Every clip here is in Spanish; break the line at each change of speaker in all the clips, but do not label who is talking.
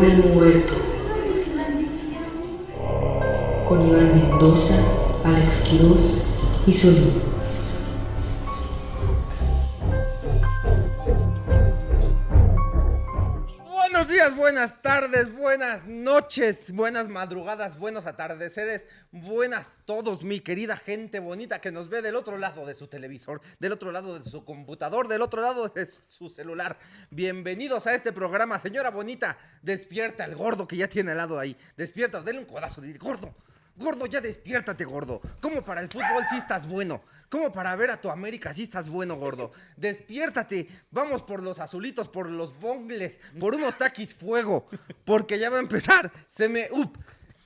del muerto. Con Iván Mendoza, Alex Quiroz y Solís.
Buenos días, buenas tardes, buenas noches, buenas madrugadas, buenos atardeceres, buenas todos, mi querida gente bonita que nos ve del otro lado de su televisor, del otro lado de su computador, del otro lado de su celular. Bienvenidos a este programa, señora bonita, despierta el gordo que ya tiene al lado ahí. Despierta, denle un codazo, dile, gordo, gordo, ya despiértate, gordo. Como para el fútbol sí estás bueno, como para ver a tu América sí estás bueno, gordo. Despiértate, vamos por los azulitos, por los bongles, por unos taquis fuego, porque ya va a empezar. Se me... up,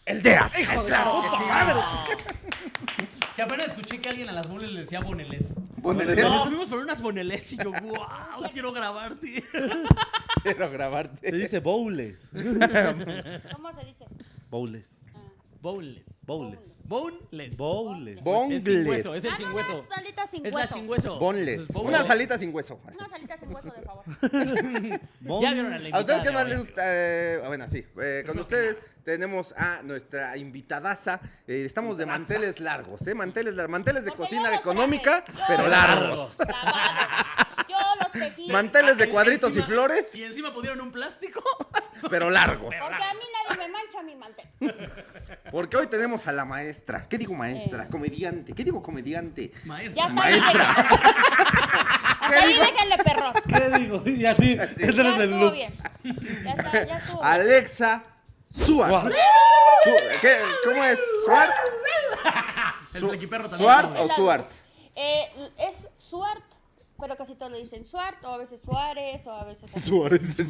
el DEA.
¡Hijo de
Claro
la
que
puta
sí.
madre! Que apenas escuché que alguien a las boneles le decía boneles.
Boneles.
No, fuimos por unas boneles y yo, wow, quiero grabarte.
Quiero grabarte.
Se dice bowles.
¿Cómo se dice?
Bowles.
Bowles.
Bowles.
Boneless.
Bowles.
Es sin
Bongles.
hueso, es el
Ah,
sin hueso.
Unas salitas sin
Es
hueso.
la sin hueso.
Boneless.
Es bowles.
Una salita sin hueso.
Unas salitas sin hueso, de favor.
Bowl-
Ya vieron a la
¿A ustedes qué
invitada
más
de
les
hoy,
gusta? Eh, bueno, sí. eh, con ustedes tenemos a nuestra invitadaza. Eh, estamos de manteles largos, ¿eh? Manteles, lar- manteles de
Porque
cocina
yo los
económica,
traje. Yo
pero
los
largos.
traje. Lavados. Yo los tejí.
Manteles de
Y
cuadritos y
Ah, encima-
flores,
Y encima pusieron un plástico.
pero largos.
Porque a mí nadie me mancha mi mantel.
Porque hoy tenemos a la maestra. ¿Qué digo
Eh.
maestra? Comediante. ¿Qué digo comediante?
Ya
Maestra.
está.
Maestra.
Hasta
¿Qué
ahí
digo?
déjenle perros.
¿Qué digo? Y así.
Ya
Ese no es el
estuvo
look.
bien. Ya está, ya estuvo.
Eh, Alexa Suar.
Suar.
Su- ¿Qué? ¿Cómo es? ¿Suart?
El
Su-
flaquiperro también.
¿Suart
Es
o
la-
Suart?
Eh, es Suart, pero casi todos le dicen Suart, o a veces Suárez, o a veces así.
Suárez.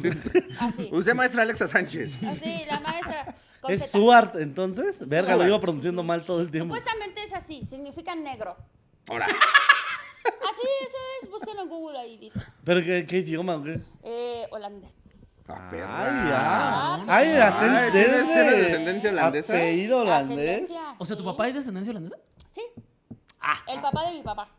Así,
Usted maestra Alexa Sánchez.
así la maestra. con
¿Es
zeta.
Suart entonces? Verga, lo
Suart.
iba pronunciando mal todo el tiempo.
Supuestamente es así, significa negro.
Ahora.
Así, eso es, búsquenlo en Google ahí dice.
¿Pero qué, qué idioma o qué?
Eh, holandés.
Ah,
Ay,
perra.
ya.
Ah,
cabrón.
Ay,
Ay, ¿tienes-
este
ascendente.
tienes descendencia holandesa?
Apellido holandés.
Ascendencia,
O sea, ¿tu
sí.
papá es de ascendencia holandesa?
Sí.
Ah.
El papá de mi papá.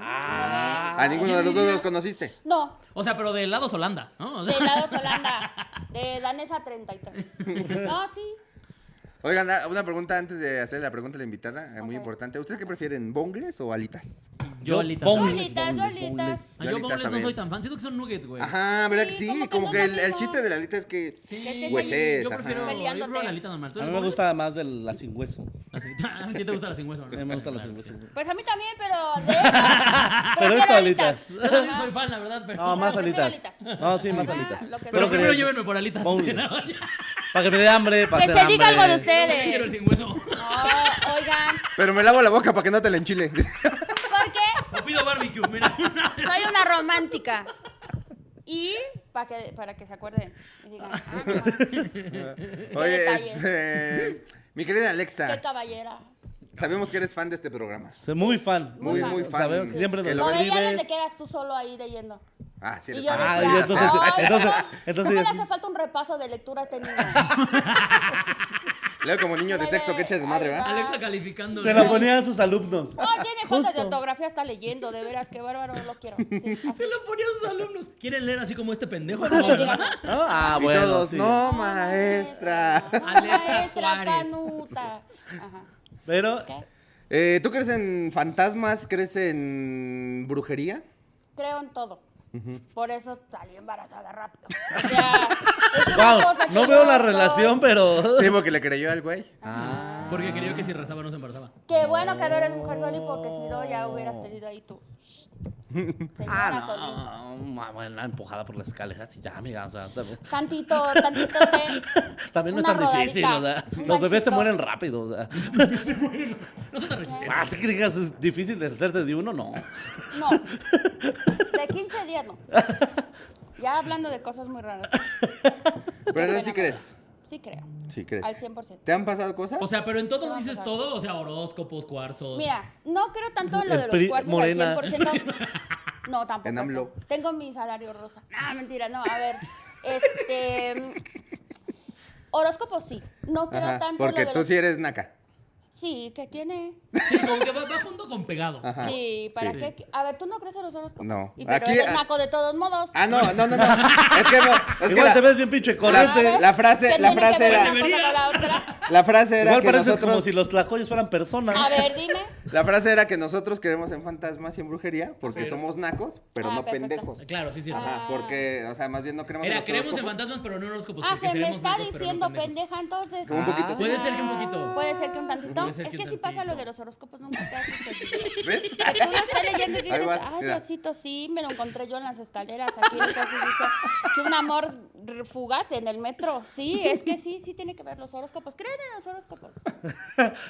A ninguno de los dos los conociste.
No,
O sea, pero de lados Holanda, ¿no? O sea,
de lados Holanda. De danesa 33. No, sí.
Oigan, ah, una pregunta antes de hacer la pregunta a la invitada, eh, muy
Ok.
importante. ¿Ustedes qué prefieren, bongles o alitas?
yo Lolita.
bowles,
Lolitas,
bowles,
lolitas.
Ah, yo
Lolitas
Bowles no
también.
soy tan fan. Siento que son nuggets,
Pues,
güey.
Ajá, ¿verdad que
Sí,
sí?
como que
Como
no
que
es
el,
lo
el
mismo.
chiste de la alita es que
que es
hueses,
Yo
Pues ajá.
prefiero, yo
Peleándote.
prefiero la alita normal. ¿Tú
A
eres
mí me
bowles?
gusta más de la sin hueso.
Así, a ti te gusta la sin hueso, ¿no?
Sí, me gusta la
Claro
sin
que sí.
hueso.
Pues a mí también, pero de esas.
Pero
prefiero
esto alitas.
Yo también soy fan, la verdad, pero.
No, más
prefiero
alitas.
alitas.
No, sí, más
Ajá,
alitas.
lo que
pero
sea. creo
primero
que-
llévenme por alitas.
Bowls.
¿no?
Para que me dé hambre, para
Que
hacer
se diga
hambre.
algo de usted.
Yo también quiero el sin hueso.
No, oigan.
Pero me lavo la boca para que no te la enchile.
¿Por qué?
O pido barbecue, mira. una-
Soy una romántica. Y para que, para que se acuerden. Y digan, ah, no,
Oye,
detalles.
este, mi querida
qué
Alexa,
caballera.
sabemos que eres fan de este programa.
Soy muy fan.
Muy, muy
fan.
Sabemos que siempre
Que
nos
lo
No, de ella
recibes.
te quedas tú solo ahí leyendo.
Ah, sí,
Y
eres
yo
fan.
decía,
Ah,
Ah,
y entonces-
"Ay,
entonces-
cabrón,
entonces
¿cómo
ya-
le hace falta un repaso de lectura a este niño?
Leo como niño de sexo que echa de madre, ¿verdad?
Alexa calificando.
Se lo ponía a sus alumnos.
Oh, tiene falta de
Justo.
ortografía, está leyendo, de veras, qué bárbaro, no lo quiero. Sí, así.
Se lo ponía a sus alumnos. ¿Quieren leer así como este pendejo?
Que digan,
¿No? Ah,
Y
bueno.
todos,
sí.
no, maestra.
Alexa
Maestra
Suárez.
Canuta. Ajá.
Pero
¿ok?
Eh, ¿Tú crees en fantasmas? ¿Crees en brujería?
Creo en todo. Por eso salí embarazada rápido. O sea, es una
Wow,
cosa que
no
yo
veo la
soy-
relación, pero.
Sí, porque le creyó al güey.
Ah.
Porque creyó que si rezaba no se embarazaba.
Qué bueno que no eres mujer Soli, porque si no ya hubieras tenido ahí tú. Señora Soli.
Ah, no, bueno, la empujada por las escaleras y ya, amiga. O sea, también,
Tantito, tantito té.
también no es
Una
tan difícil.
rodadita,
O sea,
un
los bebés se
ganchito.
mueren rápido. O sea,
No son tan resistentes.
así que digas, es difícil deshacerse de uno, no.
No. De 15 días no. Ya hablando de cosas muy raras.
Pero entonces sí crees.
Sí creo.
Sí crees.
Al 100%.
¿Te han pasado cosas?
O
Pues
sea, pero en todo dices todo, o sea, horóscopos, cuarzos.
Mira, no creo tanto en lo
El
de los
PRI
cuarzos
morena.
al 100%. No, tampoco.
En AMLO.
eso. Tengo mi salario rosa. No, mentira, no. A ver. Este. Horóscopos sí. No creo
Ajá,
tanto en lo
porque
de
tú
los-
sí eres naca.
sí. Sí, ¿qué tiene?
Sí, como que va, va junto con pegado.
Ah.
Ajá.
Sí, ¿para
Sí.
qué? A ver, tú no crees en los horóscopos.
No.
Y pero
Aquí-
eres
ah-
naco de todos modos.
Ah, no, no, no, no. Es que no. Es que
Igual te
la,
ves bien pinche
A
corriente.
ver,
la frase-
¿qué
la
tiene que
frase
ver
era-
una cosa con la otra?
la frase era
Igual
que
pareces
nosotros.
como si los tlacoyos fueran personas.
A ver, dime.
La frase era que nosotros queremos en fantasmas y en brujería porque somos nacos, pero
Ah,
no
perfecto.
pendejos.
Claro,
Ah.
sí, sí.
Ajá, porque, o sea, más bien no creemos en
Era,
los
creemos en
horóscopos.
fantasmas, pero no en horóscopos.
Ah,
pues, porque
se me
seremos
está
nacos, pero no
diciendo
pendejos.
pendeja, entonces. Ah.
Un poquito sí.
Puede ser que un poquito.
Puede ser que un tantito.
Puede
Es
ser
que,
que un
sí pasa
tantito.
lo de los horóscopos, nunca te has entendido.
¿Ves?
Que tú lo estás leyendo y
Ahí
dices,
vas,
ay,
mira.
Diosito, sí, me lo encontré yo en las escaleras aquí. Entonces dice que un amor r- fugaz en el metro. Sí, es que sí, sí tiene que ver los horóscopos. Creen en los horóscopos.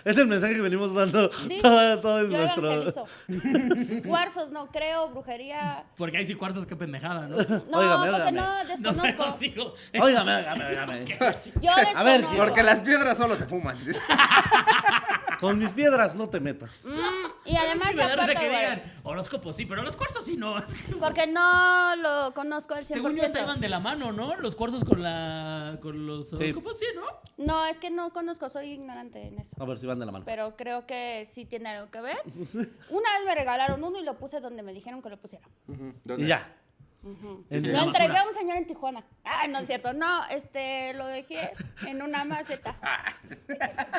es el mensaje que venimos dando
Sí.
todo, todo
Yo
en nuestro.
evangelizo. Cuarzos no creo, brujería.
Porque hay sí cuarzos, qué pendejada, ¿no?
No,
Óigame,
porque
óigame.
no
No,
desconozco.
pero digo.
Óigame, óigame, óigame.
Yo desconozco.
A ver,
Porque las piedras solo se fuman. dice.
Con mis piedras no te metas.
Mm, y
Es
además,
que me da
aparte,
risa que
güey,
digan horóscopos sí, pero los cuarzos sí no.
porque no lo conozco al 100%.
Según yo, hasta iban de la mano, ¿no? Los cuarzos con la con los horóscopos sí, ¿no?
No, es que no conozco, soy ignorante en eso.
A ver si van de la mano.
Pero creo que sí tiene algo que ver. Una vez me regalaron uno y lo puse donde me dijeron que lo pusiera.
¿Dónde?
Y ya. En-
Lo entregué
basura.
a un señor en Tijuana. Ah, no es cierto. No, este, lo dejé en una maceta.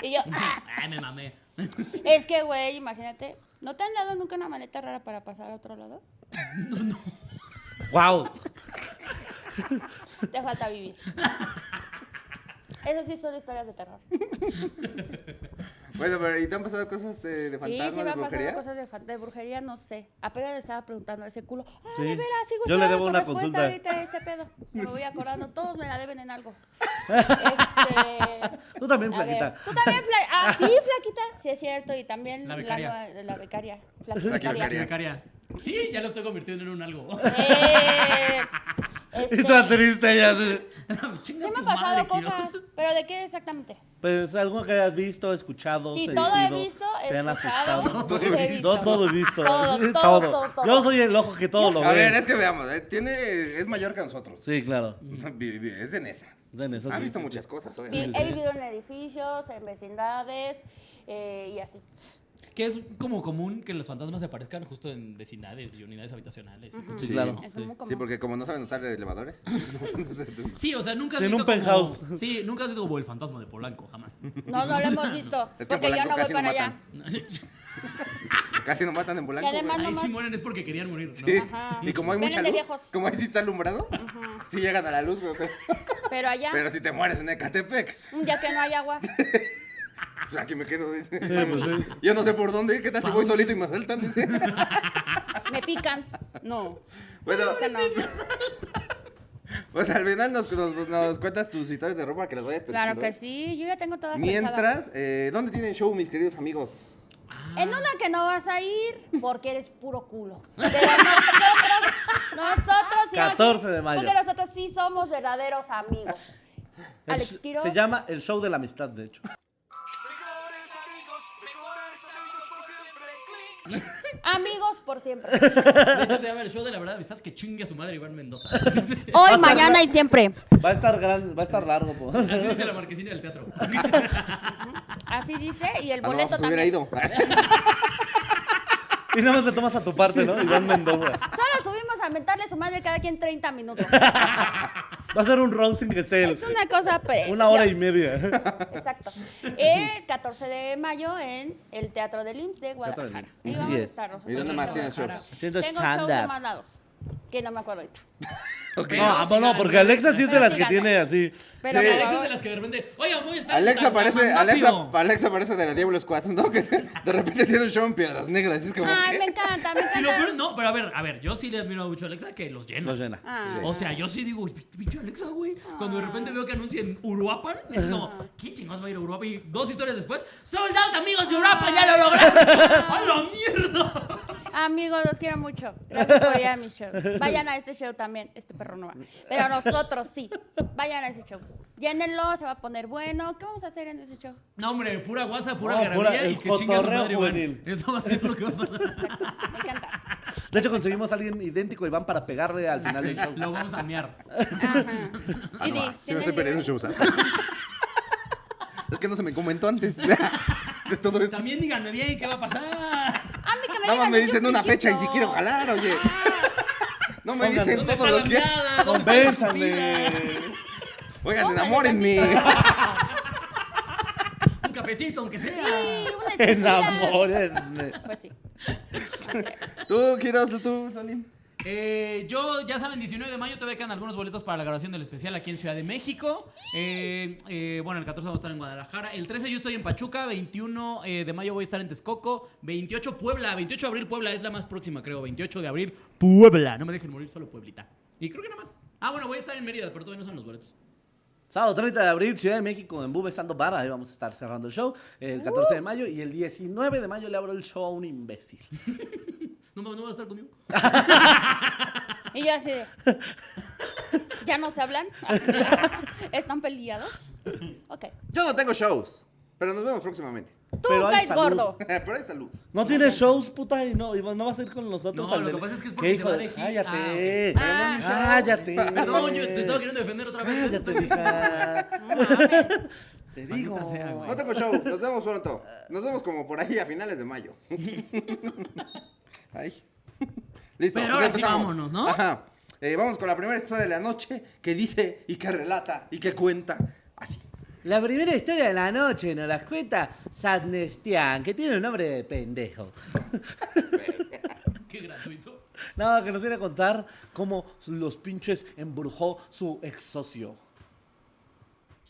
Y yo, ah,
Ay, me mamé.
es que, güey, imagínate. ¿No te han dado nunca una maleta rara para pasar a otro lado?
Wow.
Te falta vivir. Eso sí son historias de terror.
Bueno, pero ¿y te han pasado cosas eh, de
Sí,
fantasmas,
sí me
de
han pasado
brujería?
cosas de, fan- de brujería, no sé. Apenas le estaba preguntando a ese culo. Ah,
Sí.
de veras, sigo
Yo le
esperando
debo
tu
una
respuesta
consulta.
ahorita de este pedo. Me voy acordando, todos me la deben en algo. Este,
Tú también,
a ver,
flaquita.
Tú también, flaquita. Ah, sí, flaquita. Sí, es cierto. Y también
La
la
becaria.
nueva- la becaria.
Flaqui becaria.
Flaquita.
Becaria. Sí, ya lo estoy convirtiendo en un algo.
Eh,
Y tú
este,
triste ya. sí.
sí me han pasado cosas, pero ¿de qué exactamente?
Pues algo que hayas visto, escuchado,
Sí,
sentido.
todo he visto,
Te han
escuchado,
asustado.
todo he visto.
Todo, todo he visto.
Todo,
Sí,
todo, todo, todo.
Yo soy el ojo que todo lo ve.
A ver, es que veamos. eh, tiene, es mayor que nosotros.
Sí, claro.
Vi- vi- Es en esa.
Den eso,
Ha
sí,
visto
sí,
muchas cosas,
Sí,
obviamente.
he vivido en edificios, en vecindades eh, y así.
Que es como común que los fantasmas se aparezcan justo en vecindades y unidades habitacionales. y cosas
Sí,
así,
claro.
¿no?
Es
Sí.
muy común.
Sí, porque como no saben usar elevadores.
Sí, o sea, nunca has
En
visto
un penthouse.
como- Sí, nunca has visto como el fantasma de Polanco, jamás.
No, no lo hemos visto.
Es que en
porque yo
Polanco
no voy
casi
para
no
allá.
matan. Casi no matan en
Y
Polanco.
además
Ahí
nomás.
si mueren es porque querían morir, ¿no?
güey.
Ajá.
Y como hay mucha
Vienen de
luz,
viejos.
como ahí sí está alumbrado, sí llegan a la luz, güey.
Pero allá,
Pero si te mueres en Ecatepec,
un día que no hay agua.
pues aquí me quedo, dice.
pues sí.
Yo no sé por dónde ir, ¿qué tal si voy solito y me asaltan? Dice.
Me pican. No.
Bueno.
Esa no.
Pues al final nos, nos- nos cuentas tus historias de ropa para que las vayas pensando.
Claro que
¿eh?
sí, yo ya tengo todas pensadas.
Mientras, eh, ¿dónde tienen show, mis queridos amigos?
En una que no vas a ir porque eres puro culo. Pero nosotros, nosotros sí. aquí,
14 de mayo.
Porque nosotros sí somos verdaderos amigos.
El
Alex
sh-
Quiroz.
Se llama el show de la amistad, de hecho.
Amigos por siempre.
De hecho, se llama el show de la verdad amistad que chingue a su madre Iván Mendoza. Así se-
Hoy, mañana y siempre.
Va a estar grande, va a estar largo. po.
así dice la marquesina del teatro.
Así dice y el
Ah, no,
boleto
pues hubiera
también.
ido.
Y nada más le tomas a tu parte, ¿no? Iván Mendoza.
Solo subimos a mentarle a su madre cada quien 30 minutos.
Va a ser un round sin que esté él.
Es una cosa preciosa.
Una hora y media.
Exacto. El 14 de mayo en el Teatro del IMSS de Guadalajara.
IMSS.
Y vamos a
Así es.
estar nosotros.
¿Y dónde más
en
tienen
Guadalajara.
shows?
Haciendo
Tengo shows
stand-up.
semanales, que no me acuerdo ahorita.
No, ah, no, no, porque Alexa sí es de
Pero
las
sí
que
gana.
tiene así.
Pero
Sí.
por
Alexa es
favor.
de las que de repente, oiga, voy a estar.
Alexa
tan- tan
parece, Alexa,
rápido".
Alexa parece de la Diablo Squad, ¿no? Que de repente tiene un show en piedras negras. y Es como. "Ah,
Ay,
¿qué?
Ah, me encanta, me
Y lo peor,
encanta.
no, pero a ver, a ver, yo sí le admiro mucho a Alexa que los llena.
Lo llena.
Ah,
O sea, yo sí digo, "Uy, pinche Alexa, güey. Cuando de repente veo que anuncian Uruapan, es como, ¿quién chingados va a ir a Uruapan? Y dos historias después, sold out, amigos de Uruapan, ya lo logramos. ¡A la mierda!
Amigos, los quiero mucho. Gracias por ir a mis shows. Vayan a este show también. Este perro no va. Pero nosotros sí. Vayan a ese show. Llénenlo, se va a poner bueno. ¿Qué vamos a hacer en ese show?
No, hombre, pura guasa, pura
No,
algarabía
pura-
y
el
que chingas
cotorreo
madre, Iván.
juvenil.
Eso va a ser lo que va a pasar.
Me encanta.
De hecho, conseguimos a alguien idéntico a Iván para pegarle al final del show.
Lo vamos a mear.
Ajá.
Ah,
Y
no,
di,
ah, sí me
¿tienes
estoy perdiendo
libre?
shows. Es que no se me comentó antes de todo esto.
También díganme bien qué va a pasar.
A mí que
Nada
me
más
digan
me
desde
dicen
un
una fecha y si
principio.
quiero jalar, oye. No me
Pongan,
dicen
¿Dónde
todo
está
lo
la
que.
mirada? ¿Dónde está la
Convénzame.
Oigan,
Póngale
enamórenme.
Un cafecito, aunque sea.
Sí, una esquinita.
Enamórenme.
Pues sí.
Tú, Kiros, tú, Solim.
Eh, yo, ya saben, 19 de mayo todavía quedan algunos boletos para la grabación del especial aquí en Ciudad de México. Eh, eh, bueno, el 14 vamos a estar en Guadalajara. El 13 yo estoy en Pachuca. 21 eh, de mayo voy a estar en Texcoco. 28 Puebla. 28 de abril Puebla es la más próxima, creo. 28 de abril Puebla. No me dejen morir, solo Pueblita. Y creo que nada más. Ah, bueno, voy a estar en Mérida, pero todavía no son los boletos.
Sábado 30 de abril, Ciudad de México, en Bube Estando Bar. Ahí vamos a estar cerrando el show. El 14 de mayo y el 19 de mayo le abro el show a un imbécil.
No mames, no vas a estar conmigo.
Y yo así de. ¿Ya no se hablan? ¿Están peleados? Ok.
Yo no tengo shows, pero nos vemos próximamente.
Tú
Pero hay
caes
salud.
gordo.
Pero hay salud.
No tiene shows, puta, y no, y no vas a ir con nosotros.
No,
al
lo
del-
que pasa es que es
¿Qué
porque se
hijo
va
de-
de gira.
Cállate.
Ah, ok.
Cállate.
Perdón, yo Eh, te estaba queriendo defender otra vez. por eso
Cállate,
estoy-
mija.
No mames.
Te
Maldita
digo.
sea, güey.
No tengo show, nos vemos pronto. Nos vemos como por ahí a finales de mayo. Ay. Listo. pues
Pero ahora sí
empezamos.
vámonos, ¿no?
Ajá. Eh, vamos con la primera historia de la noche que dice y que relata y que cuenta así.
La primera historia de la noche nos las cuenta Sadnestian, que tiene un nombre de pendejo.
Qué gratuito.
Nada, que nos viene a contar cómo los pinches embrujó su ex socio.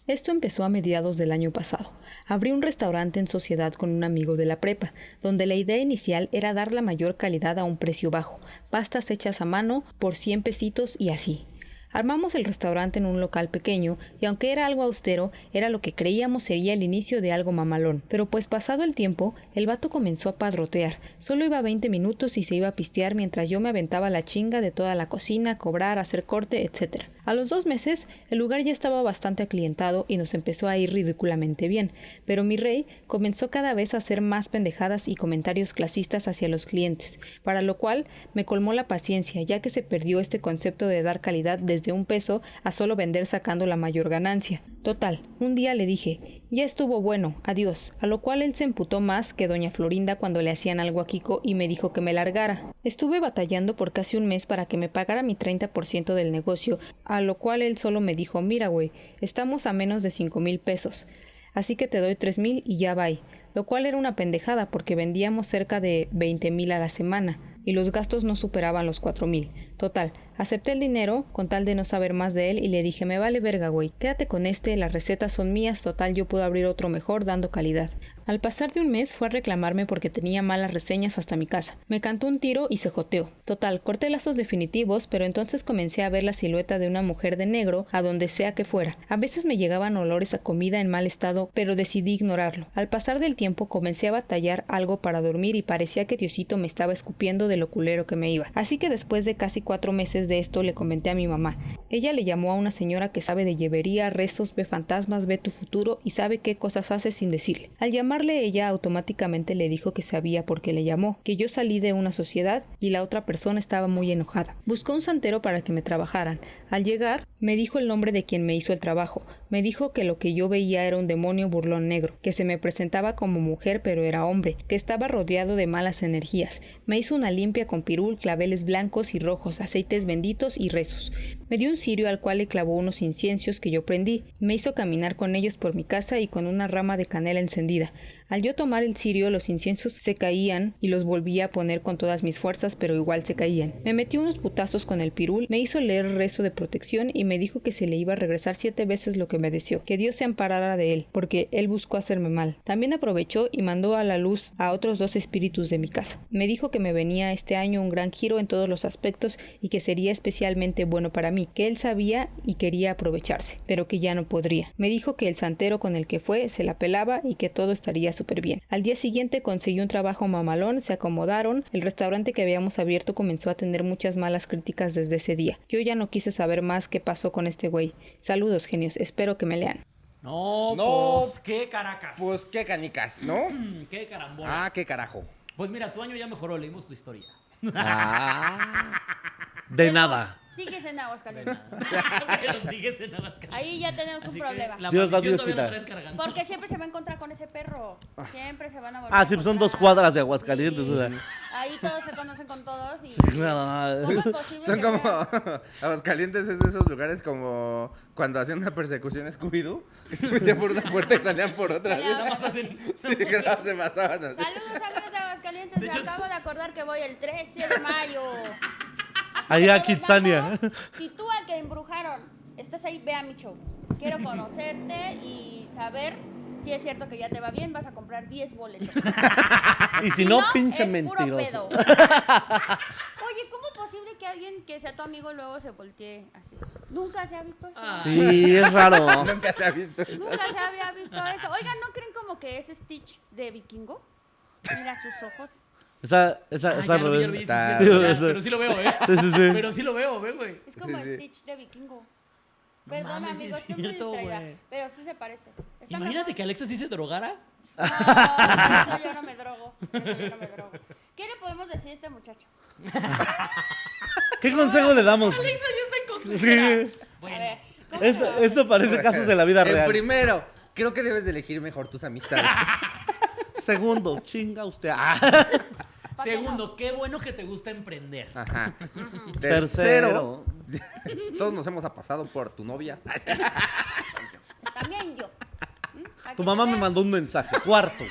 Esto empezó a mediados del año pasado. Abrí un restaurante en sociedad con un amigo de la prepa, donde la idea inicial era dar la mayor calidad a un precio bajo, pastas hechas a mano por 100 pesitos y así. Armamos el restaurante en un local pequeño y aunque era algo austero, era lo que creíamos sería el inicio de algo mamalón. Pero pues pasado el tiempo, el vato comenzó a padrotear. Solo iba 20 minutos y se iba a pistear mientras yo me aventaba la chinga de toda la cocina, cobrar, hacer corte, etc. A los dos meses, el lugar ya estaba bastante aclientado y nos empezó a ir ridículamente bien, pero mi rey comenzó cada vez a hacer más pendejadas y comentarios clasistas hacia los clientes, para lo cual me colmó la paciencia, ya que se perdió este concepto de dar calidad desde un peso a solo vender sacando la mayor ganancia. Total, un día le dije, ya estuvo bueno, adiós, a lo cual él se emputó más que doña Florinda cuando le hacían algo a Kiko y me dijo que me largara. Estuve batallando por casi un mes para que me pagara mi 30% del negocio, a lo cual él solo me dijo, mira güey, estamos a menos de 5 mil pesos, así que te doy 3 mil y ya bye, lo cual era una pendejada porque vendíamos cerca de 20 mil a la semana y los gastos no superaban los 4 mil. Total, acepté el dinero con tal de no saber más de él y le dije, me vale verga, güey, quédate con este, las recetas son mías, total, yo puedo abrir otro mejor dando calidad. Al pasar de un mes fue a reclamarme porque tenía malas reseñas hasta mi casa. Me cantó un tiro y se joteó. Total, corté lazos definitivos, pero entonces comencé a ver la silueta de una mujer de negro a donde sea que fuera. A veces me llegaban olores a comida en mal estado, pero decidí ignorarlo. Al pasar del tiempo comencé a batallar algo para dormir y parecía que Diosito me estaba escupiendo de lo culero que me iba. Así que después de casi cuatro meses de esto le comenté a mi mamá. Ella le llamó a una señora que sabe de llevería, rezos, ve fantasmas, ve tu futuro y sabe qué cosas hace sin decirle. Al llamarle ella automáticamente le dijo que sabía por qué le llamó, que yo salí de una sociedad y la otra persona estaba muy enojada. Buscó un santero para que me trabajaran. Al llegar me dijo el nombre de quien me hizo el trabajo. Me dijo que lo que yo veía era un demonio burlón negro, que se me presentaba como mujer pero era hombre, que estaba rodeado de malas energías. Me hizo una limpia con pirul, claveles blancos y rojos, aceites benditos y rezos. Me dio un cirio al cual le clavó unos inciensos que yo prendí. Me hizo caminar con ellos por mi casa y con una rama de canela encendida. Al yo tomar el cirio, los inciensos se caían y los volví a poner con todas mis fuerzas, pero igual se caían. Me metió unos putazos con el pirul, me hizo leer rezo de protección y me dijo que se le iba a regresar siete veces lo que me deseó, que Dios se amparara de él, porque él buscó hacerme mal. También aprovechó y mandó a la luz a otros dos espíritus de mi casa. Me dijo que me venía este año un gran giro en todos los aspectos y que sería especialmente bueno para mí, que él sabía y quería aprovecharse, pero que ya no podría. Me dijo que el santero con el que fue se la pelaba y que todo estaría súper bien. Al día siguiente conseguí un trabajo mamalón, se acomodaron, el restaurante que habíamos abierto comenzó a tener muchas malas críticas desde ese día. Yo ya no quise saber más qué pasó con este güey. Saludos, genios, espero que me lean.
No,
No,
pues qué caracas.
Pues qué canicas, ¿no?
Mm, qué carambola.
Ah, qué carajo.
Pues mira, tu año ya mejoró, leímos tu historia.
Ah. De nada.
Sigues en Aguascalientes.
Pero sigues en Aguascalientes.
Ahí ya tenemos
Así
un
que
problema.
La
Dios,
maldición
Dios,
todavía la
quita.
traes cargando.
Porque siempre se va a encontrar con ese perro. Siempre se van a volver.
Ah,
a
sí, pues son dos
encontrar.
cuadras de Aguascalientes,
Sí.
o sea.
Ahí todos se conocen con todos y.
claro.
¿Cómo es posible
Son
que
como.
sea?
Aguascalientes es de esos lugares como cuando hacían una persecución a Scooby-Doo, que se metían por una puerta y salían por otra.
Salían
¿no?
Nada más hacen-
Sí, que nada, se pasaban así.
Saludos amigos de Aguascalientes,
De
me
hecho,
acabo de acordar que voy el 13 de mayo. Así
Ahí
que
a
todos
Kitsania.
vamos. Si tú al que embrujaron estás ahí, ve a mi show. Quiero conocerte y saber si es cierto que ya te va bien, vas a comprar 10 boletos.
Y si no, pinche
es Puro pedo.
mentiroso.
Oye, ¿cómo es posible que alguien que sea tu amigo luego se voltee así? Nunca se ha visto eso.
Ah.
Sí, es raro.
Nunca se ha visto eso.
Nunca se había visto eso. Oigan, ¿no creen como que es Stitch de vikingo? Mira sus ojos.
Está, está,
Ah,
está
ya
al
lo vi, ya
revés.
lo vi, sí,
Está-
sí, sí,
Sí,
ya,
sí.
Pero sí lo veo, ¿eh?
Sí, sí, sí.
Pero sí lo veo, ¿ve, güey?
Es como
Sí, sí.
Stitch de vikingo.
No
Perdón,
mames, sí
amigos,
es
estoy muy
cierto,
distraída.
güey.
Pero sí se parece. Está
Imagínate
mejor.
que Alexa sí se drogara.
No, eso yo no me drogo. eso yo no me drogo. ¿Qué le podemos decir a este muchacho?
¿Qué consejo le damos?
Alexa ya está en
Sí.
consejera.
A
Bueno,
ver, ¿cómo se
Esto,
va?
esto parece casos de la vida
El
real.
primero, creo que debes de elegir mejor tus amistades.
Segundo, chinga usted. Ah.
segundo, qué bueno que te gusta emprender.
Ajá.
Tercero.
Tercero. Todos nos hemos apasado por tu novia.
También yo. ¿Mm? Para
Tu
que
mamá
te
me
veas.
mandó un mensaje. Cuarto.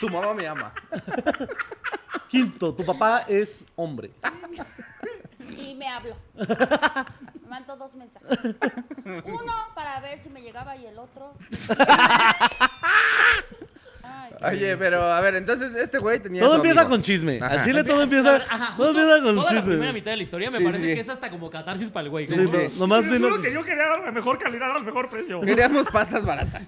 Tu mamá me ama.
Quinto, tu papá es hombre.
Y me habló. Me mandó dos mensajes. Uno para ver si me llegaba y el otro. Ay, qué-
Oye, pero a ver, entonces este güey tenía.
Todo
su
empieza
amigo.
con chisme.
Ajá.
Al chile todo empieza,
Ajá,
todo
justo
empieza con
toda la primera
chisme.
mitad de la historia me
Sí, sí,
parece
sí.
que es hasta como catarsis para el güey.
Sí,
Como-
no, nomás
Les juro
vino-
que yo quería la mejor calidad al mejor precio.
Queríamos pastas baratas.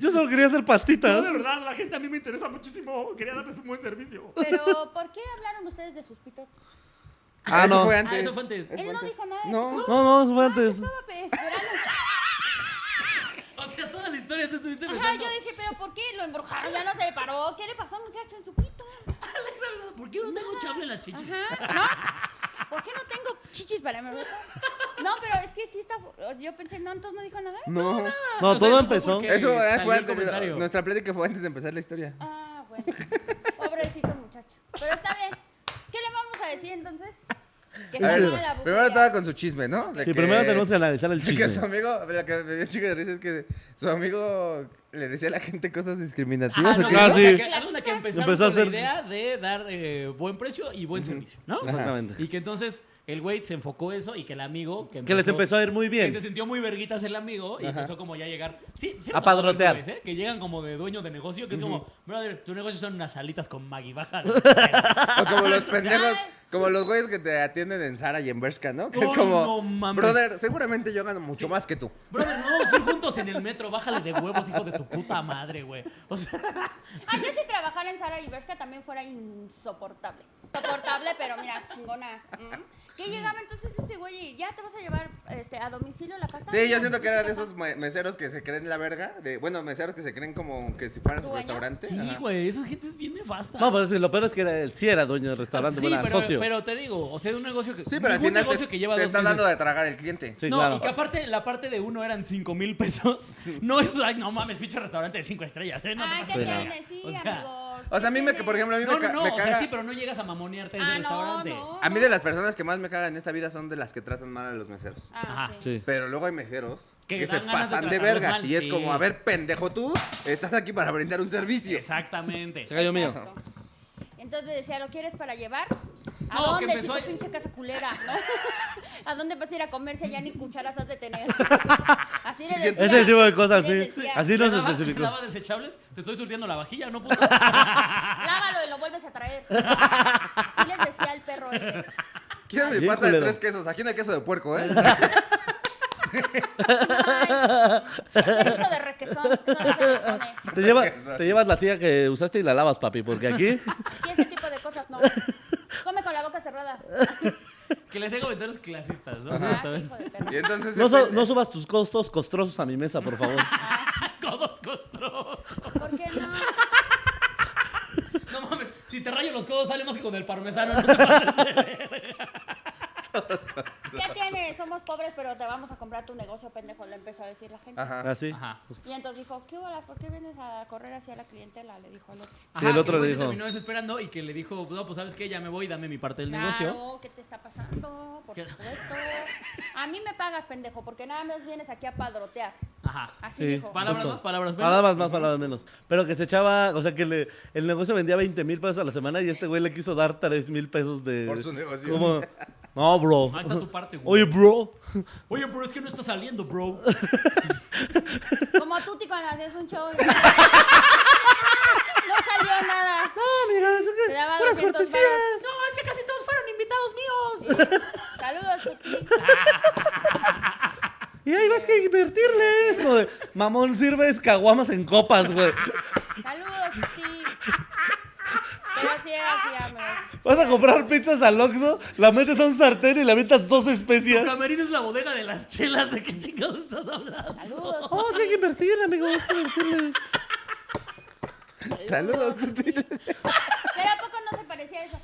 Yo solo quería hacer
No,
pastitas.
de verdad, la gente a mí me interesa muchísimo. Quería darles un buen servicio.
Pero, ¿por qué hablaron ustedes de sus pitos?
Ah,
Eso
no.
fue
Ah,
antes.
eso fue antes.
Él no dijo nada. de
No.
pitos.
No, no, eso fue
Pues,
antes.
Estaba pe- esperando.
O sea, toda la historia tú estuviste
Ajá,
pensando.
yo dije, ¿pero por qué? Lo embrujaron, ya no se le paró. ¿Qué le pasó al muchacho en su pito?
Alexa, ¿verdad? "Ah, ¿por qué no tengo chable en la chicha?
Ajá, ¿no? ¿Por qué no tengo chichis para embrujar? No, pero es que sí está... fu- Yo pensé, no, entonces no dijo nada.
No.
O
No,
sea,
todo
eso fue
empezó.
porque
Eso eh,
salió
fue
el
antes. de-
comentario.
nuestra plática fue antes de empezar la historia.
Ah, bueno. Pobrecito muchacho. Pero está bien. ¿Qué le vamos a decir entonces? Que
A
se
ver,
llama Ah, la
primero
brujería.
estaba con su chisme, ¿no? De
Sí,
que-
primero tenemos que analizar
de
el
que su
chisme.
amigo, lo que me dio chico de risa es que su amigo le decía a la gente cosas discriminativas.
Ah,
¿o
no,
qué?
Ah,
o sea,
sí.
que haz una que empezaron
Empezó a
con la
hacer-
idea de dar eh, buen precio y buen servicio, ¿no?
Exactamente.
Y que entonces el güey se enfocó eso y que el amigo... Que,
Que les empezó a ir muy
Que
bien.
se sintió muy verguitas el amigo y empezó como ya a llegar... Sí, sí,
A
todos
padrotear.
los güeyes, ¿eh? Que llegan como de dueños de negocio, que es como... Brother, tu negocio son unas salitas con Maggie, baja.
O como los pendejos, como los güeyes que te atienden en Sara y en Bershka, ¿no? Que es
No,
como,
no mames.
brother, seguramente yo gano mucho más que tú.
Brother, no vamos a ir juntos en el metro, bájale de huevos, hijo de tu puta madre, güey. O sea...
Ah, yo si trabajara en Sara y Bershka también fuera insoportable. Insoportable, pero mira, chingona. ¿Mm? ¿Qué llegaba entonces ese güey? y, ¿Ya te vas a llevar este, a domicilio la pasta?
Sí, yo siento que era de
Chica,
esos me- meseros que se creen la verga, de, bueno, meseros que se creen como que si fueran un
¿Dueños?
restaurante.
Sí,
ajá.
güey, eso gente es bien nefasta.
No, pero sí, lo peor es que era, él sí era dueño del restaurante,
Sí,
bueno, era
pero,
socio.
pero te digo, o sea, un negocio que.
Sí, pero al
ningún
final te,
negocio que lleva
te
dos
está
meses.
dando de tragar el cliente.
Sí,
no,
claro.
y que aparte, la parte de uno eran 5 mil pesos. No es, ay, no mames, pinche restaurante de 5 estrellas, ¿eh? No
Ah,
te
¿qué
pases de
tiene?
verga.
Sí,
O sea,
amigos.
O sea, a mí,
¿qué
me,
tiene?
por ejemplo, a mí
No,
me, ca-
no, no,
me
o
caga...
sea, sí, pero no llegas a mamonearte en
Ah,
ese
no,
restaurante.
no.
A mí
no.
de las personas que más me cagan en esta vida son de las que tratan mal a los meseros.
Ah,
Ajá,
sí.
Sí.
Pero luego hay meseros
Que
que,
dan
se
ganas de
pasan de
tratarlos
verga.
mal,
y es
sí.
como, a ver, pendejo tú, estás aquí para brindar un servicio.
Exactamente.
Se cayó mío.
Exacto. Entonces decía, ¿lo quieres para llevar? ¿A
No, que
dónde? Si
empezó
tu
a-
pinche casa culera, ¿no? ¿A dónde vas a ir a comer si allá ni cucharas has de tener? Así le
Sí, sí,
decía.
Ese tipo de cosas,
le
sí.
decía,
¿Le
Así nos
daba,
especificó.
le daba desechables? Te estoy surtiendo la vajilla, ¿no, puto?
Lávalo y lo vuelves a traer. Así les decía al perro ese.
Quiero mi
Bien
pasta de
culero.
tres quesos. Aquí no hay queso de puerco, ¿eh?
Ay, ¿Qué es eso de requesón? Eso no se les pone.
Te, lleva- te llevas la silla que usaste y la lavas, papi, porque aquí.
Y ese tipo de cosas no. Come con la boca cerrada.
que les haga comentarios clasistas, ¿no?
Ah, hijo de perro.
Y entonces...
No,
el
so-
pende-
no subas tus costos costrosos a mi mesa, por favor.
Codos costros.
¿Por qué no?
No mames, si te rayo los codos sale más que con el parmesano, no te pases de verga.
¿Qué tienes? oye, somos pobres, pero te vamos a comprar tu negocio, pendejo, le empezó a decir la
Ah.
gente.
Ajá.
Así.
Ajá.
Y entonces dijo, ¿qué bolas? ¿Por qué vienes a correr hacia la clientela? Le dijo al otro.
Ajá,
el
que
otro le
juez se
dijo.
terminó desesperando y que le dijo, no, pues sabes qué, ya me voy, dame mi parte del negocio.
Claro, ¿qué te está pasando? Por
¿Qué?
supuesto. A mí me pagas, pendejo, porque nada más vienes aquí a padrotear.
Ajá.
Así
Sí,
dijo.
Palabras
justo.
más, palabras menos.
Palabras más, palabras menos. Pero que se echaba, o sea, que le- el negocio vendía 20 mil pesos a la semana y este güey le quiso dar 3 mil pesos de...
Por su negocio.
Como, no, bro.
Ahí está tu parte, güey.
Oye, bro.
Oye, pero es que no está saliendo, bro.
Como tú, Tijuana, hacías un show. Y... no salió nada.
No, mira, es que
Te daba
puras
200 varos.
cortesías.
es que casi todos fueron invitados míos.
Saludos, Tuti.
Y ahí vas que invertirle. Es como de, mamón, sirves caguamas en copas, güey.
Saludos, Tuti. Pero sí, hacíamos.
Vas a comprar pizzas al Oxxo, la metes a un sartén y le aventas dos
Tu
especias.
camerino es la bodega de las chelas. ¿De qué chingados estás hablando?
Saludos.
Oh, sí hay que invertir, amigo. hay que invertirle.
Tuti.
Saludos,
Tuti. Pero ¿a poco no se parecía eso?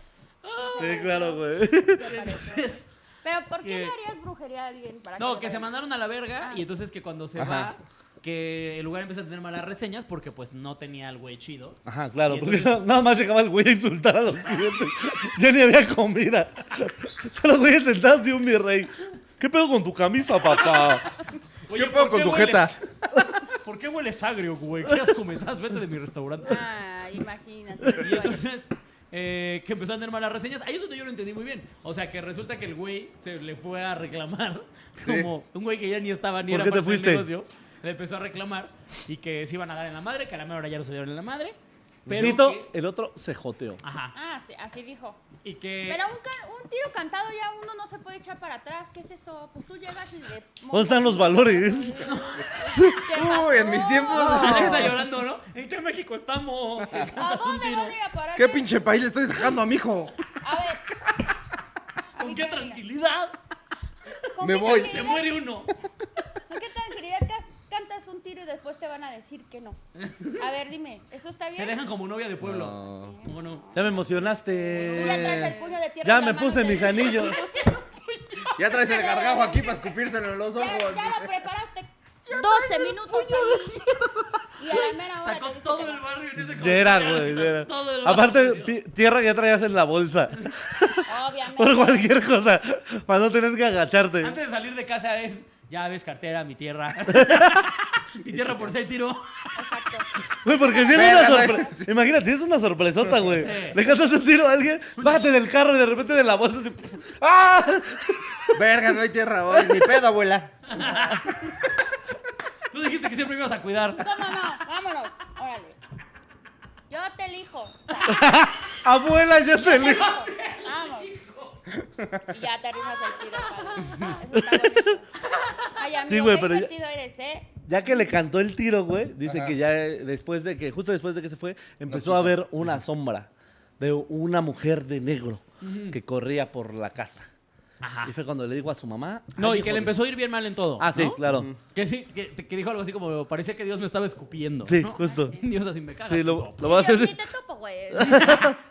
Sí, claro, güey.
Entonces,
Pero ¿por qué
Que-
le harías brujería a alguien? Para
no,
le
que se
paguen? Ah.
mandaron a la verga y entonces que cuando se
Ajá.
va, que el lugar empieza a tener malas reseñas porque pues no tenía al güey chido.
Ajá, claro,
Y
porque
entonces-
nada más llegaba el güey a insultar a los clientes. ya ni había comida. Solo güeyes sentados y un mi rey. ¿Qué pedo con tu camisa, papá?
Oye,
¿Qué pedo
¿por
con tu
hueles-
jeta?
¿Por qué hueles agrio, güey? ¿Qué asco me das? Vete de mi restaurante.
Ah, imagínate.
Y
Bueno.
entonces, eh, que empezó a tener malas reseñas. Ahí es donde yo lo entendí muy bien. O sea, que resulta que el güey se le fue a reclamar. Como un güey que ya ni estaba ni
¿Por
era
qué te
parte del
fuiste?
negocio. Le empezó a reclamar y que se iban a dar en la madre, que a la mera hora ya no se dieron en la madre. Pero
Cito,
que-
el otro se joteó.
Ajá.
Ah, sí, así dijo.
Y que...
Pero un, ca- un tiro cantado ya uno no se puede echar para atrás. ¿Qué es eso? Pues tú llegas y le.
¿Dónde están los valores?
Uy,
Uy, en mis tiempos.
Alexa llorando, ¿no? ¿En qué México estamos? Y
¿A
cantas un
dónde
tiro.
van a ir a parar?
¿Qué pinche país le estoy sacando a mi hijo?
A ver. A
¿Con qué
mí que me digan.
tranquilidad?
¿Con
Me
qué
voy.
tranquilidad-
Se muere uno.
¿Con qué tranquilidad cas- cantas un tiro y después te van a decir que no? A ver, dime, ¿eso está
Te
bien?
dejan como novia de pueblo.
No.
¿Cómo no?
Ya me
Tú ya traes el
emocionaste.
puño de tierra.
Ya
en la
me
mano y
puse
te
mis
dicen,
anillos.
Ya traes el gargajo aquí para escupírselo en los ojos.
Ya, ya lo preparaste 12 minutos ahí. Y a la mera hora
Sacó
te dicen
todo
que
el
no.
barrio en ese
Ya era,
comentario,
güey.
sacó
ya era.
todo el barrio.
Aparte, pi- tierra ya traías en la bolsa.
Obviamente.
Por cualquier cosa. Para no tener que agacharte.
Antes de salir de casa es, ya ves cartera, mi tierra. mi tierra por seis tiro.
Exacto.
Güey, porque si es una
Verga, güey.
sorpresa. Imagínate, si es una sorpresota, güey.
Sí.
Le cantas un tiro a alguien, bájate del carro y de repente de la bolsa se. ¡Ah!
Verga, no hay tierra hoy. Ni pedo, abuela.
Tú dijiste que siempre me ibas a cuidar.
¿Cómo no? Vámonos. Órale. Yo te elijo.
Abuela, yo te
Te
li-
elijo. Vamos. Y ya te rifas el tiro. padre. Eso está bonito. Ay, amigo,
Sí, güey,
qué
pero ya-
divertido eres, ¿eh?
Ya que le cantó el tiro, güey, dice
Ajá.
que ya eh, después de que, justo después de que se fue, empezó a
quiso.
ver una sombra de una mujer de negro que corría por la casa.
Ajá.
Y fue cuando le dijo a su mamá.
Ah. No,
"Ay,
y que le
hijo de-
empezó a ir bien mal en todo.
Ah, sí,
¿no?
claro.
Que, di- que- que dijo algo así como, parecía que Dios me estaba escupiendo.
Sí,
¿no?
justo.
Dios así me cagas.
Sí, lo,
puto.
lo voy a hacer.
Yo sí te topo, güey.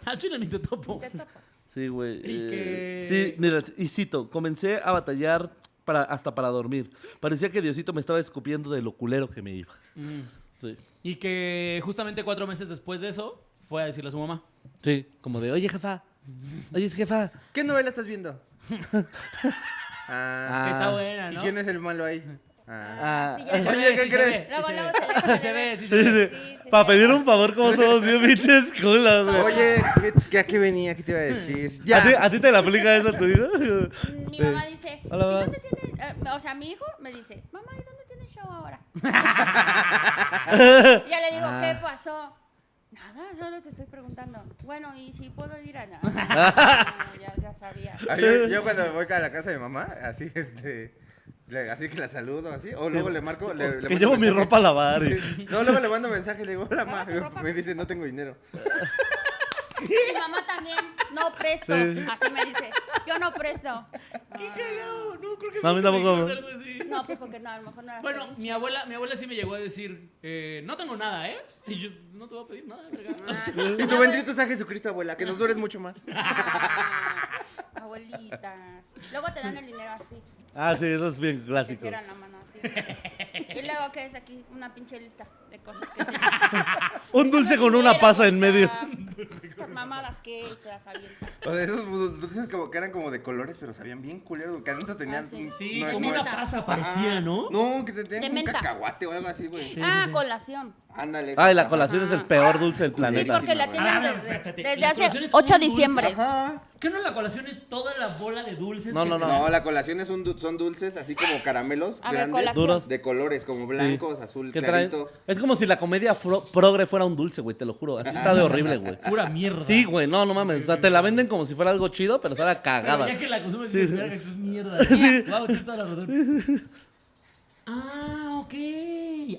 Al chile ni te topo.
Te topo.
Sí, güey.
Y
eh,
que-
Sí, mira, y cito, comencé a batallar para, hasta para dormir. Parecía que Diosito me estaba escupiendo de lo culero que me iba.
Mm.
Sí.
Y que justamente cuatro meses después de eso, fue a decirle a su mamá.
Sí, como de, oye, jefa. Oye, jefa.
¿Qué novela estás viendo? Ah,
Que está
Ah,
buena,
¿Y
¿no?
quién es el malo ahí? Ah.
Ah,
Sí,
Sí se
ya.
Oye,
ve,
¿qué
sí se
crees?
ve,
Luego,
sí se
luego
ve.
se ve,
Sí se ve, sí se
Sí,
ve.
sí.
Sí, sí,
Para
sí.
pedir un favor, como somos bien pinches culas, güey.
Oye, ¿qué, qué, ¿a qué venía? ¿Qué te iba a decir?
¿A ti, a
Ya.
ti te la aplica esa tu vida?
Mi mamá dice,
Hola, mamá.
¿y dónde tienes? eh, o sea, mi hijo me dice, mamá, ¿y dónde tienes show ahora? Y ya le digo, ¿qué pasó? Nada, solo te estoy preguntando. Bueno, ¿y si puedo ir a nada? ya, ya sabía.
Ah, Yo, yo cuando voy a la casa de mi mamá, así, este, le- así que la saludo, así, o luego le marco, le, le
Que
mando
llevo mi
mensaje.
ropa a lavar. y-
Sí. No, luego le mando mensaje y le digo, hola, ma.
tu ropa.
Me dice, no tengo dinero.
Mi mamá también, no presto.
Sí.
Así me dice, yo no presto.
Qué cagado, no creo que
No, a mí
me
tampoco.
dijeron algo así.
No, pues porque no, a lo mejor no era
Bueno,
así.
mi abuela, mi abuela sí me llegó a decir, eh, no tengo nada, ¿eh? Y yo, no te voy a pedir nada, verga.
Ah,
Y tu bendito sea Jesucristo, abuela, que nos dures mucho más.
ah, bolitas. Luego te dan el dinero así.
Ah, sí, eso es bien
Te
clásico.
cierran la mano así. Y luego que es aquí una pinche lista de cosas que tienes.
Un dulce con una pasa en medio.
Por mamadas que él se las avienta.
O sea, esos dulces como que eran como de colores, pero sabían bien culeros. Que adentro tenían.
Ah, sí.
un-
Sí,
no,
como
no
una
es-
pasa parecía,
Ajá.
¿no?
No, que te
De
tenían un
menta.
cacahuate o algo así, güey.
Sí,
ah,
sí, sí.
colación.
Ándale.
Ay, Ah, la
exacto.
colación es el peor dulce del
Sí,
planeta.
porque la
güey.
tienen
A ver,
desde,
espérate,
desde
¿la
hace
colación es
8
un
de
dulce?
diciembre.
Ajá.
¿Qué no la colación es toda la bola de dulces?
No,
que
no,
te-
No, la colación es un du- son dulces así como caramelos
A ver,
grandes.
colación.
Duros.
De colores, como blancos, azul,
Que traen-
clarito.
Es como si la comedia fro- progre fuera un dulce, güey, te lo juro. Así está de horrible, güey.
Pura mierda.
Sí, güey, no, no mames. O sea, te la venden como si fuera algo chido, pero sabe a
Pero
cagada.
ya que la consumes,
Sí,
dices,
sí.
verga, esto es mierda. Wow, tienes toda la razón. Ah, ok.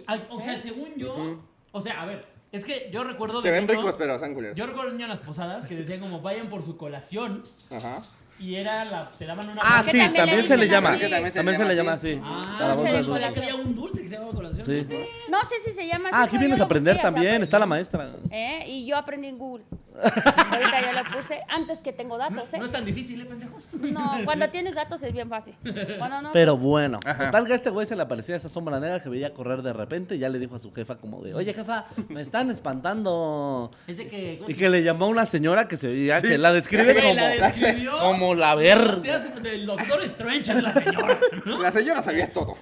Ah, O sea, según yo. O sea, a ver, es que yo recuerdo.
Se
de
ven
niño-
ricos, pero están culeros.
Yo recuerdo de niño en las posadas que decían como vayan por su colación
Ajá.
y era la. Te daban una.
Ah,
Que
bolsa.
sí,
también le
también se
dicen
le llama.
así.
También se le llama así.
Ah,
A la bolsa
dulce de
de dulce.
sabía
colación.
que había un dulce que se llamaba colación.
Sí.
No sé si se llama así.
Ah, aquí
pero yo
vienes
lo
a aprender
busqué hace
también.
rato.
Está la maestra.
¿Eh? Y yo aprendí en Google. Ahorita yo lo puse antes que tengo datos, ¿eh?
No es tan difícil, ¿eh, pendejos?
No, cuando tienes datos es bien fácil. Cuando no,
Pero bueno,
Ajá.
total que a este güey se le aparecía esa sombra negra que veía correr de repente y ya le dijo a su jefa como de, oye jefa, me están espantando.
Es de que.
Y que le llamó a una señora que se veía, que la describe
Güey,
como
la describió.
como la verga.
O sea, es del Doctor Strange es la señora.
La señora sabía todo.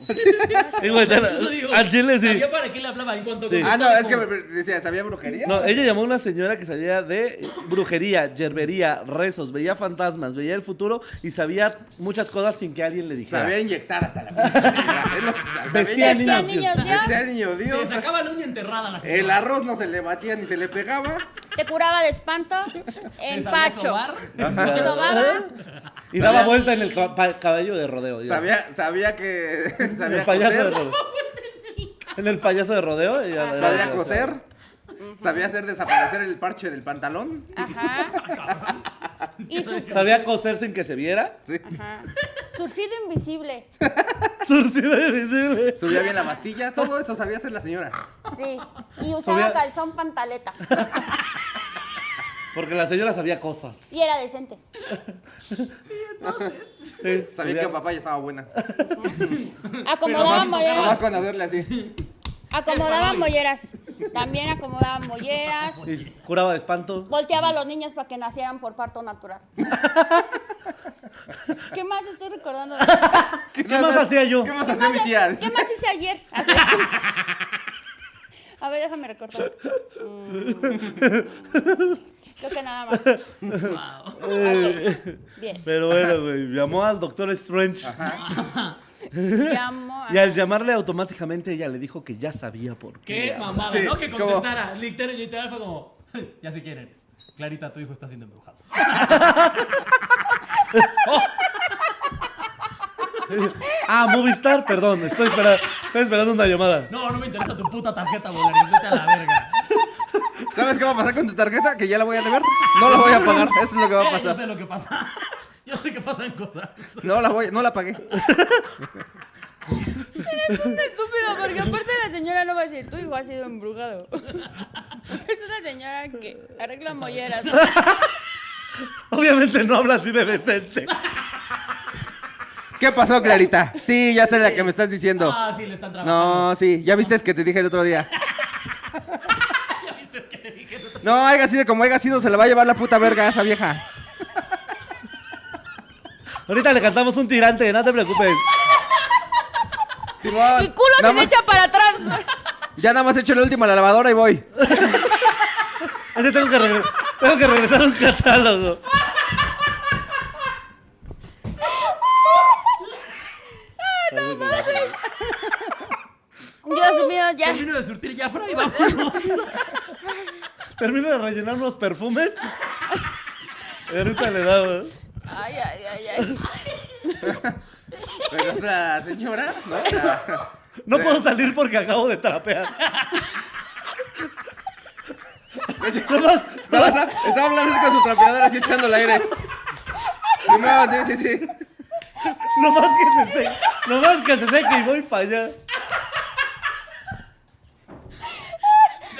Y güey, se-
Eso digo,
al chile sí.
sabía para qué le hablaba en cuanto
Sí.
Ah, no,
contestaba,
es que
como-
me- decía, ¿sabía brujería?
No, ella llamó a una señora que sabía de eh, brujería, yerbería, rezos, veía fantasmas, veía el futuro y sabía muchas cosas sin que alguien le dijera.
Sabía inyectar hasta la pinche. Es lo que sabía.
Vestía
Sabía
Vestía
inyectar.
niños,
niños, Dios.
Vestía niño
Te
Dios.
sacaba la uña enterrada la señora.
El arroz no se le batía ni se le pegaba.
Te curaba de espanto,
Te sabía
empacho.
sobar.
Sobaba.
Ah. Y daba vuelta en el ca- pa- caballo de rodeo. ya.
Sabía, sabía que.
En el
Sabía
payaso de
coser.
rodeo. En el payaso de rodeo. ella era-
Sabía coser. Sabía hacer desaparecer el parche del pantalón.
Ajá. Y su,
Sabía coser sin que se viera.
Sí.
ajá. Surcido invisible.
Surcido invisible.
Subía bien la pastilla. Todo eso sabía hacer la señora.
Sí. Y usaba
Sabía-
calzón pantaleta.
Porque la señora sabía cosas.
Y era decente.
Sí,
Sabía que papá ya estaba buena.
Acomodaba
Pero más-
molleras.
Nomás con hacerle así.
Acomodaba
Español.
molleras. También acomodaba molleras.
Y curaba de espanto.
Volteaba a los niños para que nacieran por parto natural. ¿Qué más estoy recordando? de-
¿Qué,
más hacía yo?
¿Qué más hacía mi tía?
¿Qué más hice ayer? Así. A ver, déjame recordar. Mm, Creo que nada más. Ok, Bien.
Pero bueno, güey. Llamó al doctor Strange.
Llamo a-
Y al llamarle automáticamente ella le dijo que ya sabía por qué.
Qué mamada,
Sí,
¿no? Que
como-
contestara. Literal, literal fue como, ya sé quién eres. Clarita, tu hijo está siendo embrujado.
Ah, Movistar, perdón. Estoy esperando, estoy esperando una llamada.
No, no me interesa tu puta tarjeta, Bolaris. Vete a la verga.
¿Sabes qué va a pasar con tu tarjeta? Que ya la voy a deber. No la voy a pagar. Eso es lo que va a
Eh, yo sé
pasar.
lo que pasa. Yo sé que pasan cosas.
No la voy, no la pagué.
Estúpido, porque aparte la señora no va a decir, tu hijo ha sido embrujado. Es una señora que arregla molleras.
Obviamente no habla así de decente.
¿Qué pasó, Clarita? Sí, ya sé la que me estás diciendo.
Ah, sí, le están trabajando.
No, sí, ya viste es que te dije el otro día.
Ya viste, es que te dije. no te-
No, haya sido como haya sido, se la va a llevar la puta verga a esa vieja.
Ahorita le cantamos un tirante, no te preocupes.
Simón,
Mi culo se
nada
me
más-
echa para atrás.
Ya nada más echo el último a la lavadora y voy.
Ese tengo que, regre- tengo que regresar a un catálogo.
Dios mío, ya.
Termino de surtir Jafra y vámonos.
Termino de rellenar unos perfumes. Y ahorita le damos.
Ay, ay, ay, ay.
Pero esa señora, ¿no? La-
No puedo salir porque acabo de trapear.
No, está, está hablando así con su trapeadora así echando el aire. Simón, sí, sí, sí.
No más que se seque. No más que se seque y voy para allá.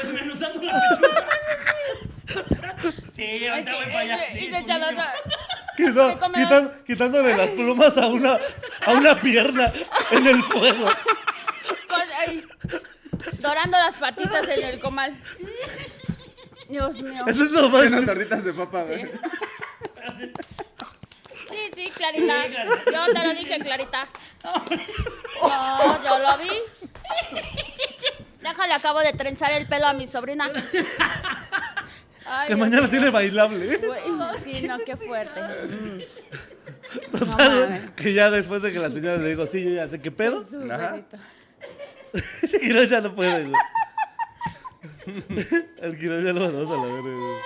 Desmenuzando la pechuga. Sí,
Es
ahorita
que-
voy para allá.
es que-
Sí,
y se
tu
echa la
niño.
otra.
Quita-
¿Qué comedor?
quitan- quitándole las plumas a una, a una pierna en el fuego.
Con- ay, dorando las patitas en el comal. Dios mío.
Eso es lo
Unas
más.
tortitas de papa, güey.
Sí, sí, Clarita. Yo te lo dije, Clarita. No, yo lo vi. Déjale, acabo de trenzar el pelo a mi sobrina. Ay,
Que
Dios
mañana
mío.
tiene bailable.
Güey, Sí, no, qué fuerte. Mm.
Total,
No mames.
que ya después de que la señora le dijo, sí, yo ya sé qué pedo.
Jesús,
Ajá.
bendito.
El Quirón ya no puede, güey. El Quirón ya lo mandamos a la verga, güey.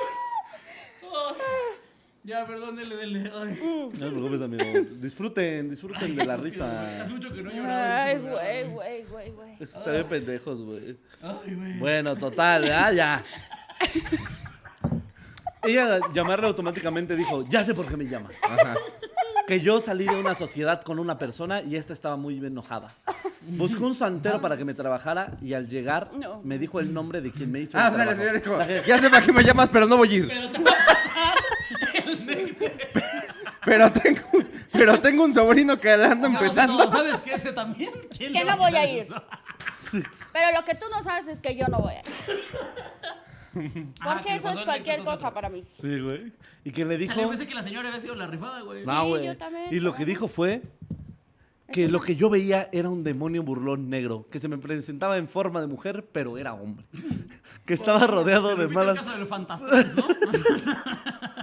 Ya, perdón, dele, dele. Ay,
No te preocupes, amigo. Disfruten, disfruten de la risa.
hace mucho que no lloraba.
Ay,
en este programa.
güey, güey, güey, güey.
Es que están bien pendejos, güey.
Ay, güey.
Bueno, total, ¿verdad? Ya. Ella llamarle automáticamente dijo, ya sé por qué me llamas.
Ajá.
Que yo salí de una sociedad con una persona y esta estaba muy enojada. Buscó un santero para que me trabajara y al llegar
No.
me dijo el nombre de quien me hizo el
Ah, o sea, la
trabajo.
señora dijo,
La que-
ya sé para qué me llamas, pero no voy a ir.
Pero te va a pasar el negro.
Pero tengo, pero tengo un sobrino que la anda empezando.
No, ¿Sabes qué? Ese también. ¿Quién
Que
le va
no voy a
quitar
ir.
eso?
Pero lo que tú no sabes es que yo no voy a ir.
Ah, que
Porque
le
eso
pasó
es
el
cualquier
Nico,
cosa
entonces.
para mí.
Sí, güey. Y que le dijo...
Yo pensé que la señora había sido la rifada, güey.
No,
pues, Sí,
güey.
yo también,
Y lo que
claro.
dijo fue que lo que yo veía era un demonio burlón negro, que se me presentaba en forma de mujer, pero era hombre. Que estaba rodeado
Se
de
repite El
malas
caso de los fantasmas, ¿no?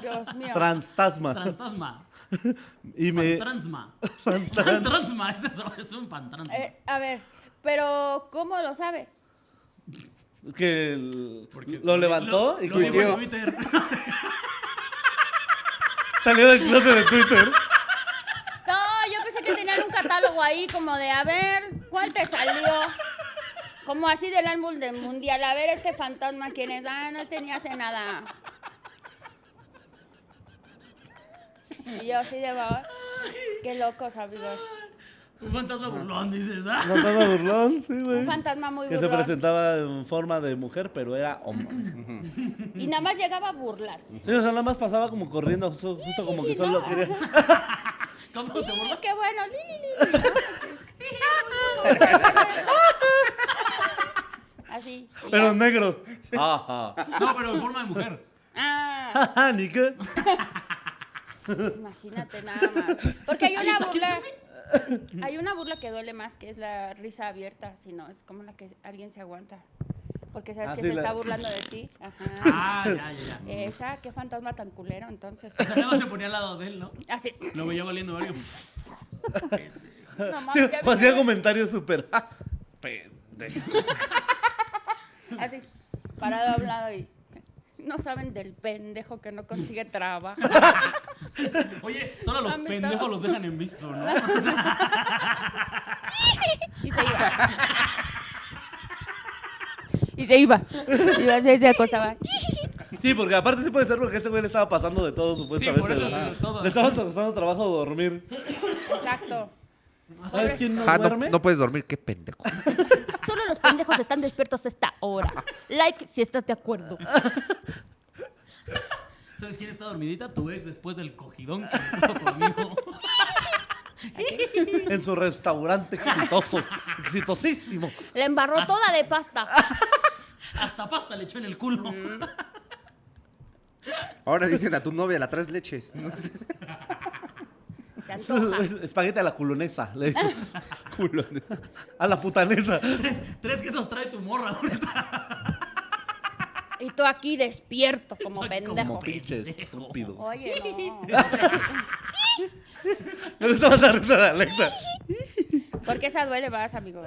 Dios mío.
transtasmas.
Transtasma.
Y me...
Transma. Transma, es eso, es un pantransma.
Eh, a ver, pero ¿cómo lo sabe?
Que el-
Porque-
lo levantó y
lo dijo en
tuiteó.
Twitter.
Salió del closet de Twitter.
No, yo pensé que tenían un catálogo ahí como de, a ver, ¿cuál te salió? Como así del álbum del mundial. A ver, este fantasma, ¿quién es? Ah, no, este ni hace nada. Y yo sí de "Wow, Qué locos, amigos.
Un fantasma burlón, dices, ¿ah?
Fantasma burlón, sí, güey.
Un fantasma muy
Que se
burlón.
presentaba en forma de mujer, pero era hombre.
Y nada más llegaba a burlarse.
Sí, o sea, nada más pasaba como corriendo, so- justo como que solo quería...
¿Cómo te
Sí,
burlas?
qué bueno, li, li, li, li, ¿no? Así. y
Pero
ya.
negro. Ajá.
No, pero en forma de mujer.
Ah,
Ajá, ni qué.
imagínate nada más. Porque hay una
está,
burla. Hay una burla que duele más, que es la risa abierta, si no, es como la que alguien se aguanta. Porque sabes
Ah,
que
sí,
se
la-
está burlando de ti. Ajá.
Ah, ya, ya, ya.
Esa, qué fantasma tan culero, entonces.
O sea, nada más se ponía al lado de él, ¿no?
Así.
Lo veía valiendo varios.
No, mames,
Sí, pues,
ya vi-
hacía comentarios súper. "Ja, pendejo".
Así, parado a un lado y. No saben del pendejo que no consigue trabajo.
Oye, solo a los
A mí
pendejos
todo.
los dejan en visto, ¿no?
Y se iba. Y se iba. Y así se acostaba.
Sí, porque aparte sí puede ser porque este güey le estaba pasando de todo, supuestamente.
por eso,
¿verdad?
de todo.
Le estaba costando trabajo dormir.
Exacto.
¿Sabes quién no
Ah, no,
duerme?
no puedes dormir, qué pendejo.
Solo los pendejos están despiertos a esta hora. Like si estás de acuerdo.
¿Sabes quién está dormidita? Tu ex después del cogidón que le puso tu amigo.
En su restaurante exitoso. exitosísimo.
La embarró toda de pasta.
Hasta pasta le echó en el culo.
Mm.
Ahora dicen a tu novia, la traes leches. No sé.
Se antoja.
Es- Espagueti a la culonesa. Le dice. culonesa. A la putanesa.
Tres, tres quesos trae tu morra ahorita.
Y tú aquí despierto como
Soy como
pendejo.
Como pinche estúpido.
Oye, no.
Me gusta más la risa de Alexa.
Porque esa duele más, amigo.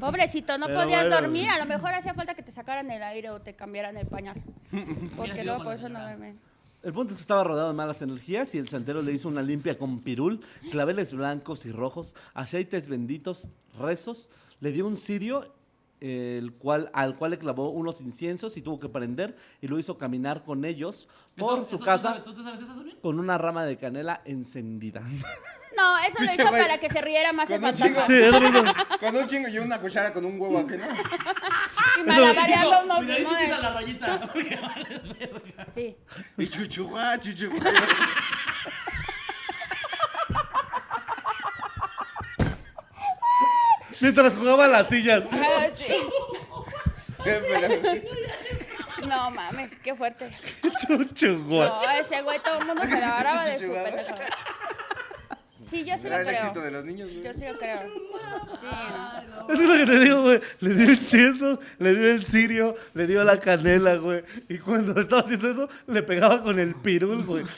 Pobrecito, no
Pero
podías
bueno.
dormir. A lo mejor hacía falta que te sacaran el aire o te cambiaran el pañal. Porque
sido
luego
con
por
la
eso no
señora.
duermen.
El punto es que estaba rodeado de malas energías y el santero le hizo una limpia con pirul, claveles blancos y rojos, aceites benditos, rezos, le dio un cirio eh, el cual, al cual le clavó unos inciensos y tuvo que prender y lo hizo caminar con ellos por
Eso-
su
eso tú
casa
sabes- ¿Tú te sabes esa Sonia?
con una rama de canela encendida.
No, eso lo
Pinche
hizo
güey.
para que se riera más el
Con un
fantasma.
chingo.
Sí, es lo mismo.
Con un chingo y una cuchara con un huevo aquí, ¿no?
Y malabareando
Cuidadito,
unos
Cuidadito
limones.
pisa la rayita. Porque vales verga.
Sí.
Y chuchuá, chuchuá.
Mientras jugaba a las sillas.
Ajá, sí.
Qué pena.
No mames, qué fuerte.
Chuchu, guay.
No, ese güey todo el mundo se la baraba de su pendejo. Sí, yo sí lo
Gran éxito de
creo.
los niños, güey.
Yo sí lo creo. Sí, no.
Eso es lo que te digo, güey. Le dio el cieso, le dio el cirio, le dio la canela, güey. Y cuando estaba haciendo eso, le pegaba con el pirul, güey.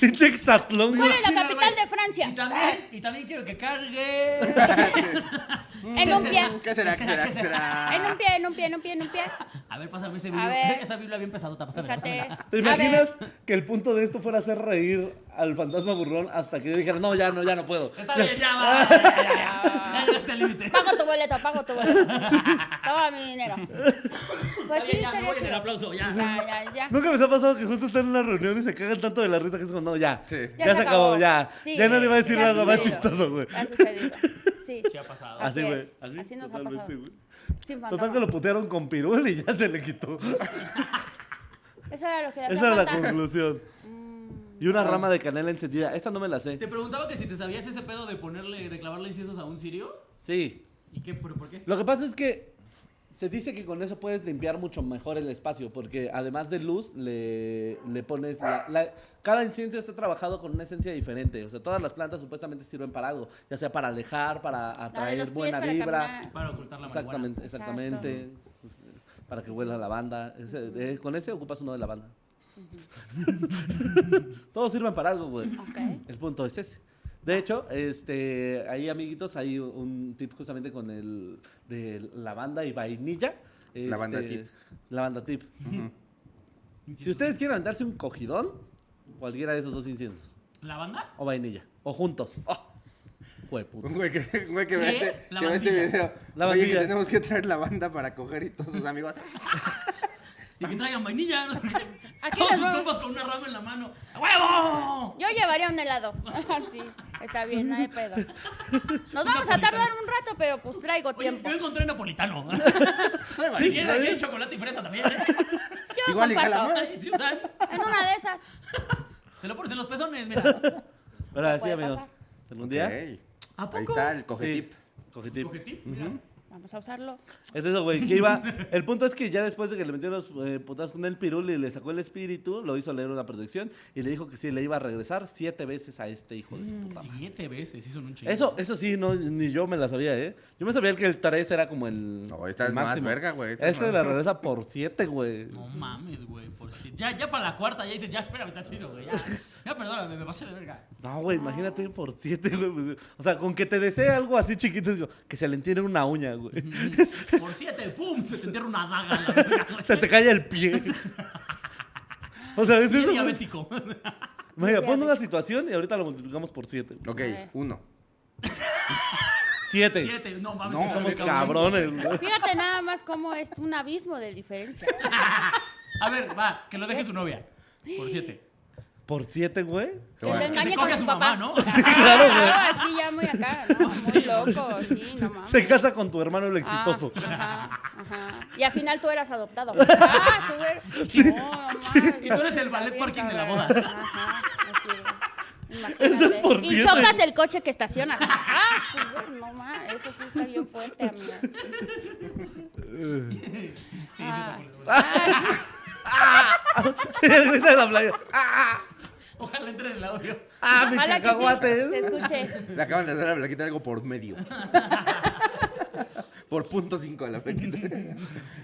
Pinche hexatlón, güey.
¿Cuál es la capital de
Y
Francia?
también, y también quiero que cargue.
En un pie.
¿Qué será, qué será, qué
En
será?
un pie, en un pie, en un pie, en un pie.
A ver, pásame ese biblia.
ver.
Esa biblia bien pesadota, pásamela,
Fíjate.
pásamela.
¿Te
A
imaginas
ver,
que el punto de esto fuera hacer reír al fantasma burlón hasta que yo dijera, no, ya no, ya no puedo?
Está bien, ya va. Ya, ya, ya, ya. Ya está el límite.
pago tu boleto, pago tu boleto. Toma mi dinero. Pues sí,
Oye, ya, me
estaría
voy en el
chido.
aplauso, ya.
Ya, ya, ya.
Nunca les ha pasado que justo están en una reunión y se cagan tanto de la risa que es como, no, ya.
Sí.
Ya, se acabó, ya.
Sí,
ya nadie va a decir
ya
nada más
sucedió.
chistoso, güey.
Ha sucedido. Sí.
Sí ha pasado.
Así
Así, güey.
es, así nos ha
totalmente,
pasado.
güey.
Sin
Total que lo
fantasmas.
putearon con pirul y ya se le quitó.
Eso era lo que le hacía
Esa era la
falta.
conclusión.
Mm.
Y una rama de canela encendida. Esta no me la sé.
Te preguntaba que si te sabías ese pedo de ponerle, de clavarle inciensos a un sirio.
Sí.
¿Y qué? ¿Pero por qué?
Lo que pasa es que se dice que con eso puedes limpiar mucho mejor el espacio, porque además de luz, le, le pones... la- la- cada incienso está trabajado con una esencia diferente. O sea, todas las plantas supuestamente sirven para algo, ya sea para alejar, para atraer
los pies
buena
para
vibra.
caminar.
Para ocultar la marihuana.
Exactamente, exactamente. Pues, eh, Para que huela lavanda. Ese- eh, con ese ocupas uno de lavanda. Todos sirven para algo, güey.
Ok.
El punto es ese. De hecho, este, ahí amiguitos, hay un tip justamente con el de lavanda y vainilla. Este,
Lavanda tip.
Lavanda tip. Si
Inciensos.
ustedes quieren andarse un cogidón, cualquiera de esos dos inciensos.
¿La banda?
O vainilla. O juntos. Oh, jue puta.
Un güey que, un güey que ve
¿Qué?
este,
La
que ve este
bandilla.
video.
La
Oye, que
bandilla.
tenemos que traer la banda para coger y todos sus amigos.
Y que traigan vainilla. ¿no?
Aquí
Todos
les
sus
vamos.
compas con una rama en la mano. ¡A huevo!
Yo llevaría un helado. Ah, sí, está bien, no hay pedo. Nos vamos a tardar un rato, pero pues traigo
Oye,
tiempo.
yo encontré napolitano. Si
Sí,
quieren, aquí hay chocolate y fresa también, ¿eh?
Yo
Igual y
comparto.
calamar.
Ay, si usan.
En una de esas.
Te lo pones en los pezones, mira.
Pero así,
puede
amigos.
pasar.
¿Algún día?
¿A
Ahí
poco?
está el
Sí,
cogetip.
cogetip.
Cogetip, mira.
Vamos a usarlo.
Es eso, güey, que iba... El punto es que ya después de que le metieron los eh, putazos con el pirul y le sacó el espíritu, lo hizo leer una predicción y le dijo que sí, le iba a regresar siete veces a este hijo de su puta madre.
Siete veces, hizo un chingo.
Eso, eso sí, no, ni yo me la sabía, ¿eh? Yo me sabía que el 3 era como el
No, esta es
el
más verga, güey, esta es
Este
más-
la regresa por 7, güey.
No mames, güey. Por si... Ya, ya para la cuarta, ya dices, ya espérame, tantito, güey. Ya, ya perdóname, me pasé de verga.
No, güey, imagínate por 7, güey. pues, o sea, con que te desee algo así chiquito, digo, que se le entiende una uña, güey.
Mm, Por siete, pum, se te entierra una daga a la verga, güey.
Se te cae el pie. O sea, es
Bien
eso. güey.
diabético.
Mira, pon una situación y ahorita lo multiplicamos por 7.
Ok,
Eh.
uno.
7.
Siete, no mames,
No,
estamos
Somos
Sí,
cabrones, güey.
Fíjate nada más cómo es un abismo de diferencia.
A ver, va, que lo deje su novia. Por siete.
Por siete, güey.
Que lo
Bueno.
Que
engañe
se
con
coge a
su,
su mamá,
papá.
¿no?
Ah, así ya muy acá, ¿no? Muy loco,
pues.
sí, no mames.
Se casa con tu hermano el
Ah,
exitoso.
ajá, ajá. Y al final tú eras adoptado. Ah, tú eres. no, no mames,
Y tú eres el ballet
está
parking de la
cabrón.
boda.
Ajá, así es. Imagínate.
Eso es por
y
siete.
chocas el coche que estacionas. Ah, su güey, no mames, eso sí está bien fuerte, amiga.
Sí, sí,
Ah.
sí.
El grito de la playa.
Ojalá entren en el audio.
¡Ah, mis
Ojalá que sí,
cacahuates!
se escuche.
Le acaban de dar a la Blanquita algo por medio. por punto cinco a la Blanquita.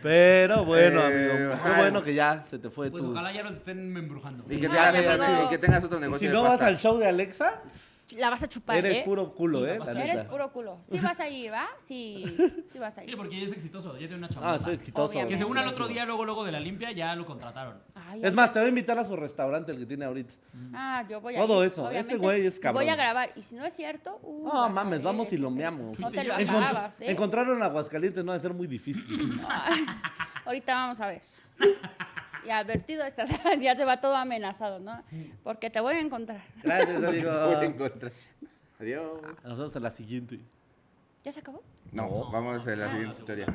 Pero bueno,
Eh,
amigo.
ajá.
Qué bueno que ya se te fue
Pues
tu.
ojalá ya no te estén embrujando.
Y que,
No,
tengas,
ya
otro-
no.
y que tengas otro
Ah, Y
negocio
si
de
no vas al
pastas.
show de Alexa,
La vas a chupar,
eres
¿eh?
puro culo, ¿eh?
Vas
La
a-
Eres
neta.
puro culo. Sí vas a ir, ¿va? Sí, sí vas a
Sí,
ir.
porque ya es exitoso, ya tiene una chamada.
Ah, soy exitoso.
Obviamente.
Que según al otro día, luego, luego de la limpia, ya lo contrataron.
Ay,
Es más, te voy a invitar a su restaurante, el que tiene ahorita.
Ah, yo voy a
Todo
ir,
eso, ese
obviamente.
güey es
Y
cabrón.
Voy a grabar. Y si no es cierto, uh,
No
vas a
mames,
ver.
vamos y lo meamos.
No te lo
Encont-
acabas, ¿eh?
Encontraron Aguascalientes, no va a ser muy difícil.
Ahorita vamos a ver. Y advertido, estás, ya te va todo amenazado, ¿no? Porque te voy a encontrar.
Gracias,
Te voy a
amigo.
encontrar. Adiós.
Nos vemos en la siguiente.
¿Ya se acabó?
No, vamos a la
Ah,
siguiente historia.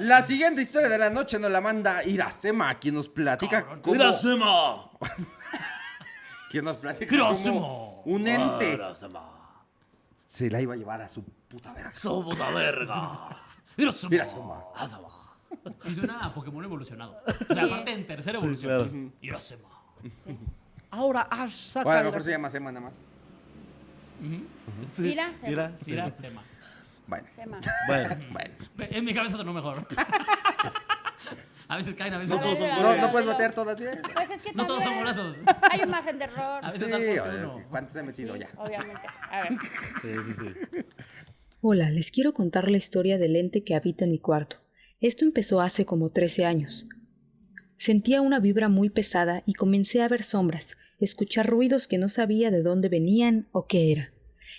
La siguiente historia de la noche nos la manda Iracema, quien nos platica cómo-
¡Irasema!
quien nos platica cómo
Iracema.
un ente
Ah, ¡Irasema!
se la iba a llevar a su puta verga.
¡So puta verga!
Irasema.
Irasema.
¡Irasema!
Sí suena a Pokémon evolucionado. O sea, aparte en tercera evolución. Irasema.
Ahora Ash saca.
O a lo mejor se llama Sema nada más.
Irasema.
Irasema.
Bueno,
Sema.
Bueno.
bueno.
En mi cabeza sonó mejor. A veces caen, a veces
No todos son
no.
golazos.
No, no puedes batear todas bien.
Pues es que
No todos son
también
golazos.
Hay un margen de error.
A
Sí,
veces damos
a ver,
uno.
sí, ¿cuántos he
Sí,
metido ya?
obviamente. A ver.
Sí, sí, sí.
Hola, les quiero contar la historia del ente que habita en mi cuarto. Esto empezó hace como 13 años. Sentía una vibra muy pesada y comencé a ver sombras, escuchar ruidos que no sabía de dónde venían o qué era.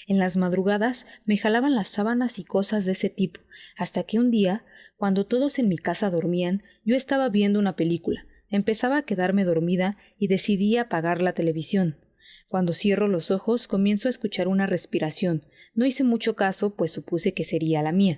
En las madrugadas me jalaban las sábanas y cosas de ese tipo, hasta que un día, cuando todos en mi casa dormían, yo estaba viendo una película. Empezaba a quedarme dormida y decidí apagar la televisión. Cuando cierro los ojos comienzo a escuchar una respiración. No hice mucho caso, pues supuse que sería la mía.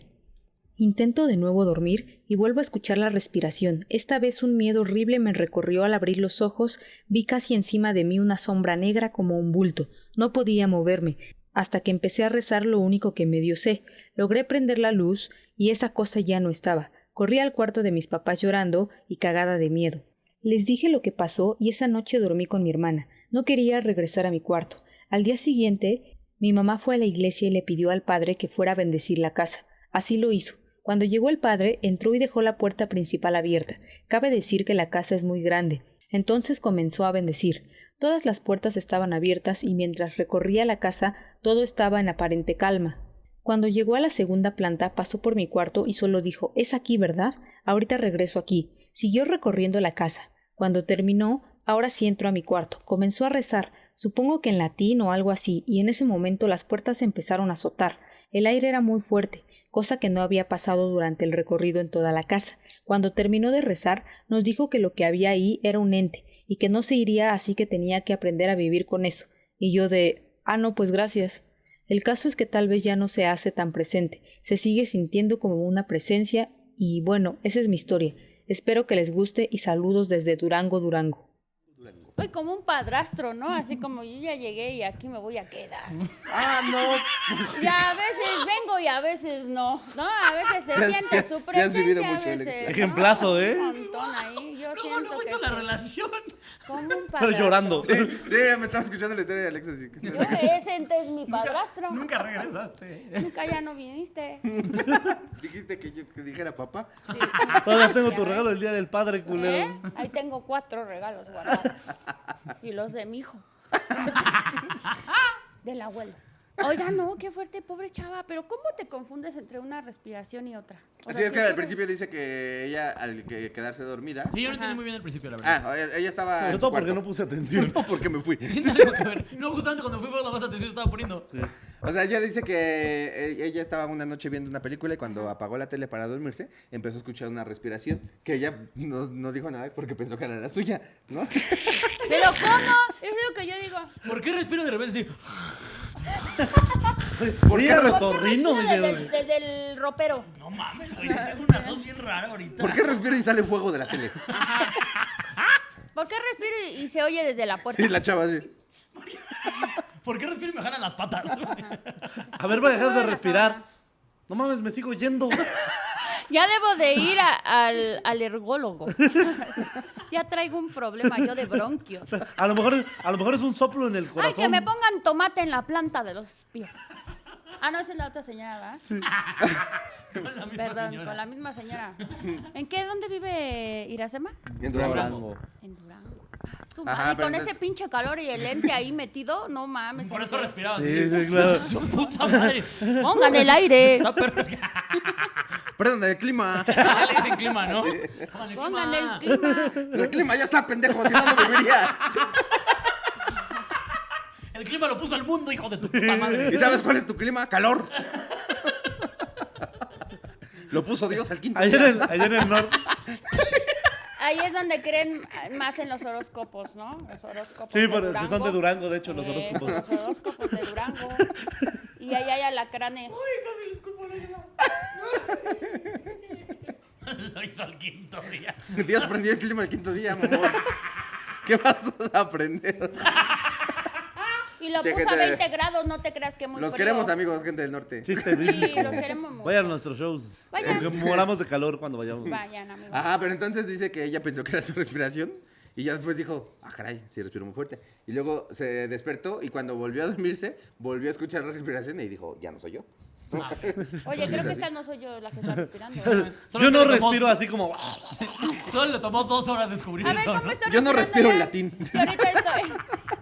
Intento de nuevo dormir y vuelvo a escuchar la respiración. Esta vez un miedo horrible me recorrió al abrir los ojos. Vi casi encima de mí una sombra negra como un bulto. No podía moverme. Hasta que empecé a rezar lo único que medio sé. Logré prender la luz y esa cosa ya no estaba. Corrí al cuarto de mis papás llorando y cagada de miedo. Les dije lo que pasó y esa noche dormí con mi hermana. No quería regresar a mi cuarto. Al día siguiente, mi mamá fue a la iglesia y le pidió al padre que fuera a bendecir la casa. Así lo hizo. Cuando llegó el padre, entró y dejó la puerta principal abierta. Cabe decir que la casa es muy grande. Entonces comenzó a bendecir. Todas las puertas estaban abiertas y mientras recorría la casa todo estaba en aparente calma. Cuando llegó a la segunda planta, pasó por mi cuarto y solo dijo Es aquí, ¿verdad? Ahorita regreso aquí. Siguió recorriendo la casa. Cuando terminó, ahora sí entró a mi cuarto. Comenzó a rezar, supongo que en latín o algo así, y en ese momento las puertas se empezaron a azotar. El aire era muy fuerte, cosa que no había pasado durante el recorrido en toda la casa. Cuando terminó de rezar, nos dijo que lo que había ahí era un ente, y que no se iría así que tenía que aprender a vivir con eso. Y yo de Ah, no, pues gracias. El caso es que tal vez ya no se hace tan presente, se sigue sintiendo como una presencia y bueno, esa es mi historia. Espero que les guste y saludos desde Durango, Durango.
Uy, como un padrastro, ¿no? Así como yo ya llegué y aquí me voy a quedar.
Ah, no. pues,
Y a veces vengo y a veces no. No, a veces se
Sí has- sí
siente
has-
su
sí has vivido
presencia, a
mucho, Alex.
veces.
Ejemplazo,
no,
¿eh?
Un montón ahí. Yo
¿Cómo
siento
luego
que
hizo la
sí.
relación?
Como un
Pero
padrastro.
llorando.
Sí, sí, me estaba escuchando la historia de Alexa. sí.
Yo, ese ente es mi padrastro. Nunca,
Nunca regresaste.
ya no viniste.
Dijiste que yo que dijera papá.
Sí.
Todavía tengo tu regalo del día del padre, culero.
¿Eh? Ahí tengo cuatro regalos guardados. Y los de mi hijo. Del abuelo. Oiga, no, qué fuerte, pobre chava. Pero ¿cómo te confundes entre una respiración y otra? O
Así
sea,
es
si
que al
tú-
principio dice que ella, al que quedarse dormida.
Sí, yo no entendí
Ajá.
muy bien al principio, la verdad.
Ah, ella ella estaba. en
Sobre
su
todo porque
cuarto.
no puse atención.
No, porque me fui.
Tiene algo que ver. No, justamente cuando fui por la más atención estaba poniendo.
O sea, ella dice que eh, ella estaba una noche viendo una película y cuando apagó la tele para dormirse, empezó a escuchar una respiración que ella no, no dijo nada porque pensó que era la suya, ¿no?
Pero ¿cómo? Es lo que yo digo.
¿Por qué respiro de repente así?
¿Por qué
¿Por qué
retorrino?
respiro
oye,
desde, el, desde el ropero.
No mames, güey. Tengo una tos bien rara ahorita.
¿Por qué respira y sale fuego de la tele?
¿Por qué respiro y, y se oye desde la puerta?
Y la chava así.
¿Por qué respiro y me jalan las patas?
A ver, voy a dejar
Sube
de
la
respirar.
sábana.
No mames, me sigo yendo.
Ya debo de ir a- al, al ergólogo. ya traigo un problema yo de bronquios.
A lo mejor, a lo mejor es un soplo en el
Ay,
corazón.
que me pongan tomate en la planta de los pies. Ah, no, esa es la otra señora, ¿verdad?
Con la misma
Perdón,
señora.
con la misma señora. ¿En qué? ¿Dónde vive Iracema?
En Durango.
Durango.
En Durango. Ah, Su
Ajá,
madre,
pero
con
entonces-
ese pinche calor y el ente ahí metido, no mames.
Por eso
ente.
respiraba
Sí,
así.
sí, claro.
Su puta madre.
Pongan el aire.
Está perro.
Perdón, el clima.
Ah, Le dicen clima, ¿no? Pongan el
Pongan el clima.
El clima ya está pendejo, si no, no vivirías.
El clima lo puso al mundo, hijo de tu puta madre.
¿Y sabes cuál es tu clima? Calor. Lo puso Dios al quinto.
Allá en
día.
el, allá en el norte.
Ahí es donde creen más en los horóscopos, ¿no? Los horóscopos.
Sí, pero que son de Durango, de hecho, los
Eh,
horóscopos.
Los horóscopos de Durango. Y ahí hay alacranes.
Ay, casi le escupo Lo hizo al quinto día.
Dios prendió el clima el quinto día, mamón. ¿Qué vas a aprender?
Y lo puso a
Chéquete.
20 grados, no te creas que muy
Los
frío.
queremos, amigos, gente del norte.
Chiste bíblico.
Sí, los queremos mucho.
Vayan a nuestros shows.
Vayan.
Porque moramos de calor cuando vayamos.
Vayan, amigos.
Ajá, pero entonces dice que ella pensó que era su respiración y ya después dijo, ah, caray, sí respiro muy fuerte. Y luego se despertó y cuando volvió a dormirse, volvió a escuchar la respiración y dijo, ya no soy yo.
Oye, creo que esta no soy yo la que está respirando.
Yo
Solamente
no
lo tomó-
respiro así como. "Ah,
Solo le tomó dos horas descubrir
A ver,
eso,
¿cómo
¿no?
estoy
Yo no
respirando
respiro
ya?
en latín.
Si ahorita estoy,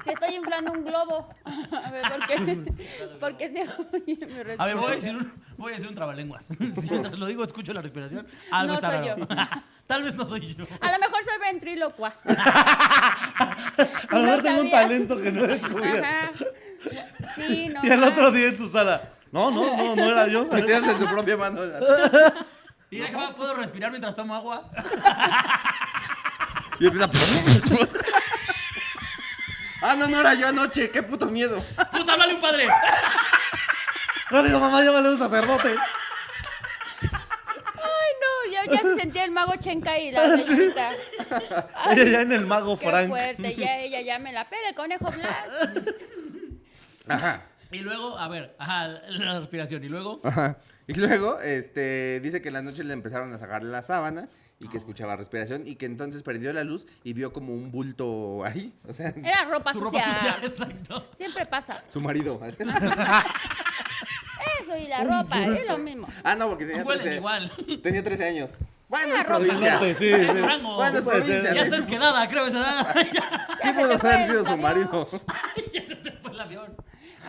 si estoy inflando un globo. A ver, ¿por qué? ¿Por qué se oye mi respiración?
A ver, voy a decir un, voy a decir un trabalenguas. Si mientras lo digo, escucho la respiración. Algo
No
está
soy Ah.
raro. Tal vez no soy yo.
A lo mejor soy ventrílocua.
A lo
No
mejor tengo un
sabía.
talento que no descubría.
Ajá. Sí, no.
Y al
más.
otro día en su sala. No, no, no, no era yo.
Metidas en su propia mano.
Y ya que puedo respirar mientras tomo agua.
Y empieza... ah, no, no era yo anoche, qué puto miedo.
¡Puta, háblale un padre!
Rápido, mamá, llámale a un sacerdote.
Ay, no, yo ya se sentía el mago Chenka y la señorita. Ay,
Ella ya en el mago
qué
Frank.
fuerte, ya ella ya me la pela, el conejo Blas.
Ajá.
Y luego, a ver, ajá, la respiración. Y luego,
Ajá. Y luego, este, dice que en la noche le empezaron a sacar las sábanas y que escuchaba respiración y que entonces prendió la luz y vio como un bulto ahí. O sea,
Era ropa
su
sucia.
ropa sucia, exacto.
Siempre pasa.
su marido.
Eso y la ropa, es lo mismo.
ah, no, porque tenía
Huelen
13,
igual.
Tenía 13 años. Bueno, en
Una ropa.
provincia.
Sí, sí.
Es Durango.
Bueno, en
puede ser.
provincia.
Ya
sí.
estás quedada, creo, esa edad.
Sí
Ya se
pudo
te fue
haber
el
sido su
avión.
marido.
Ya se te fue el avión.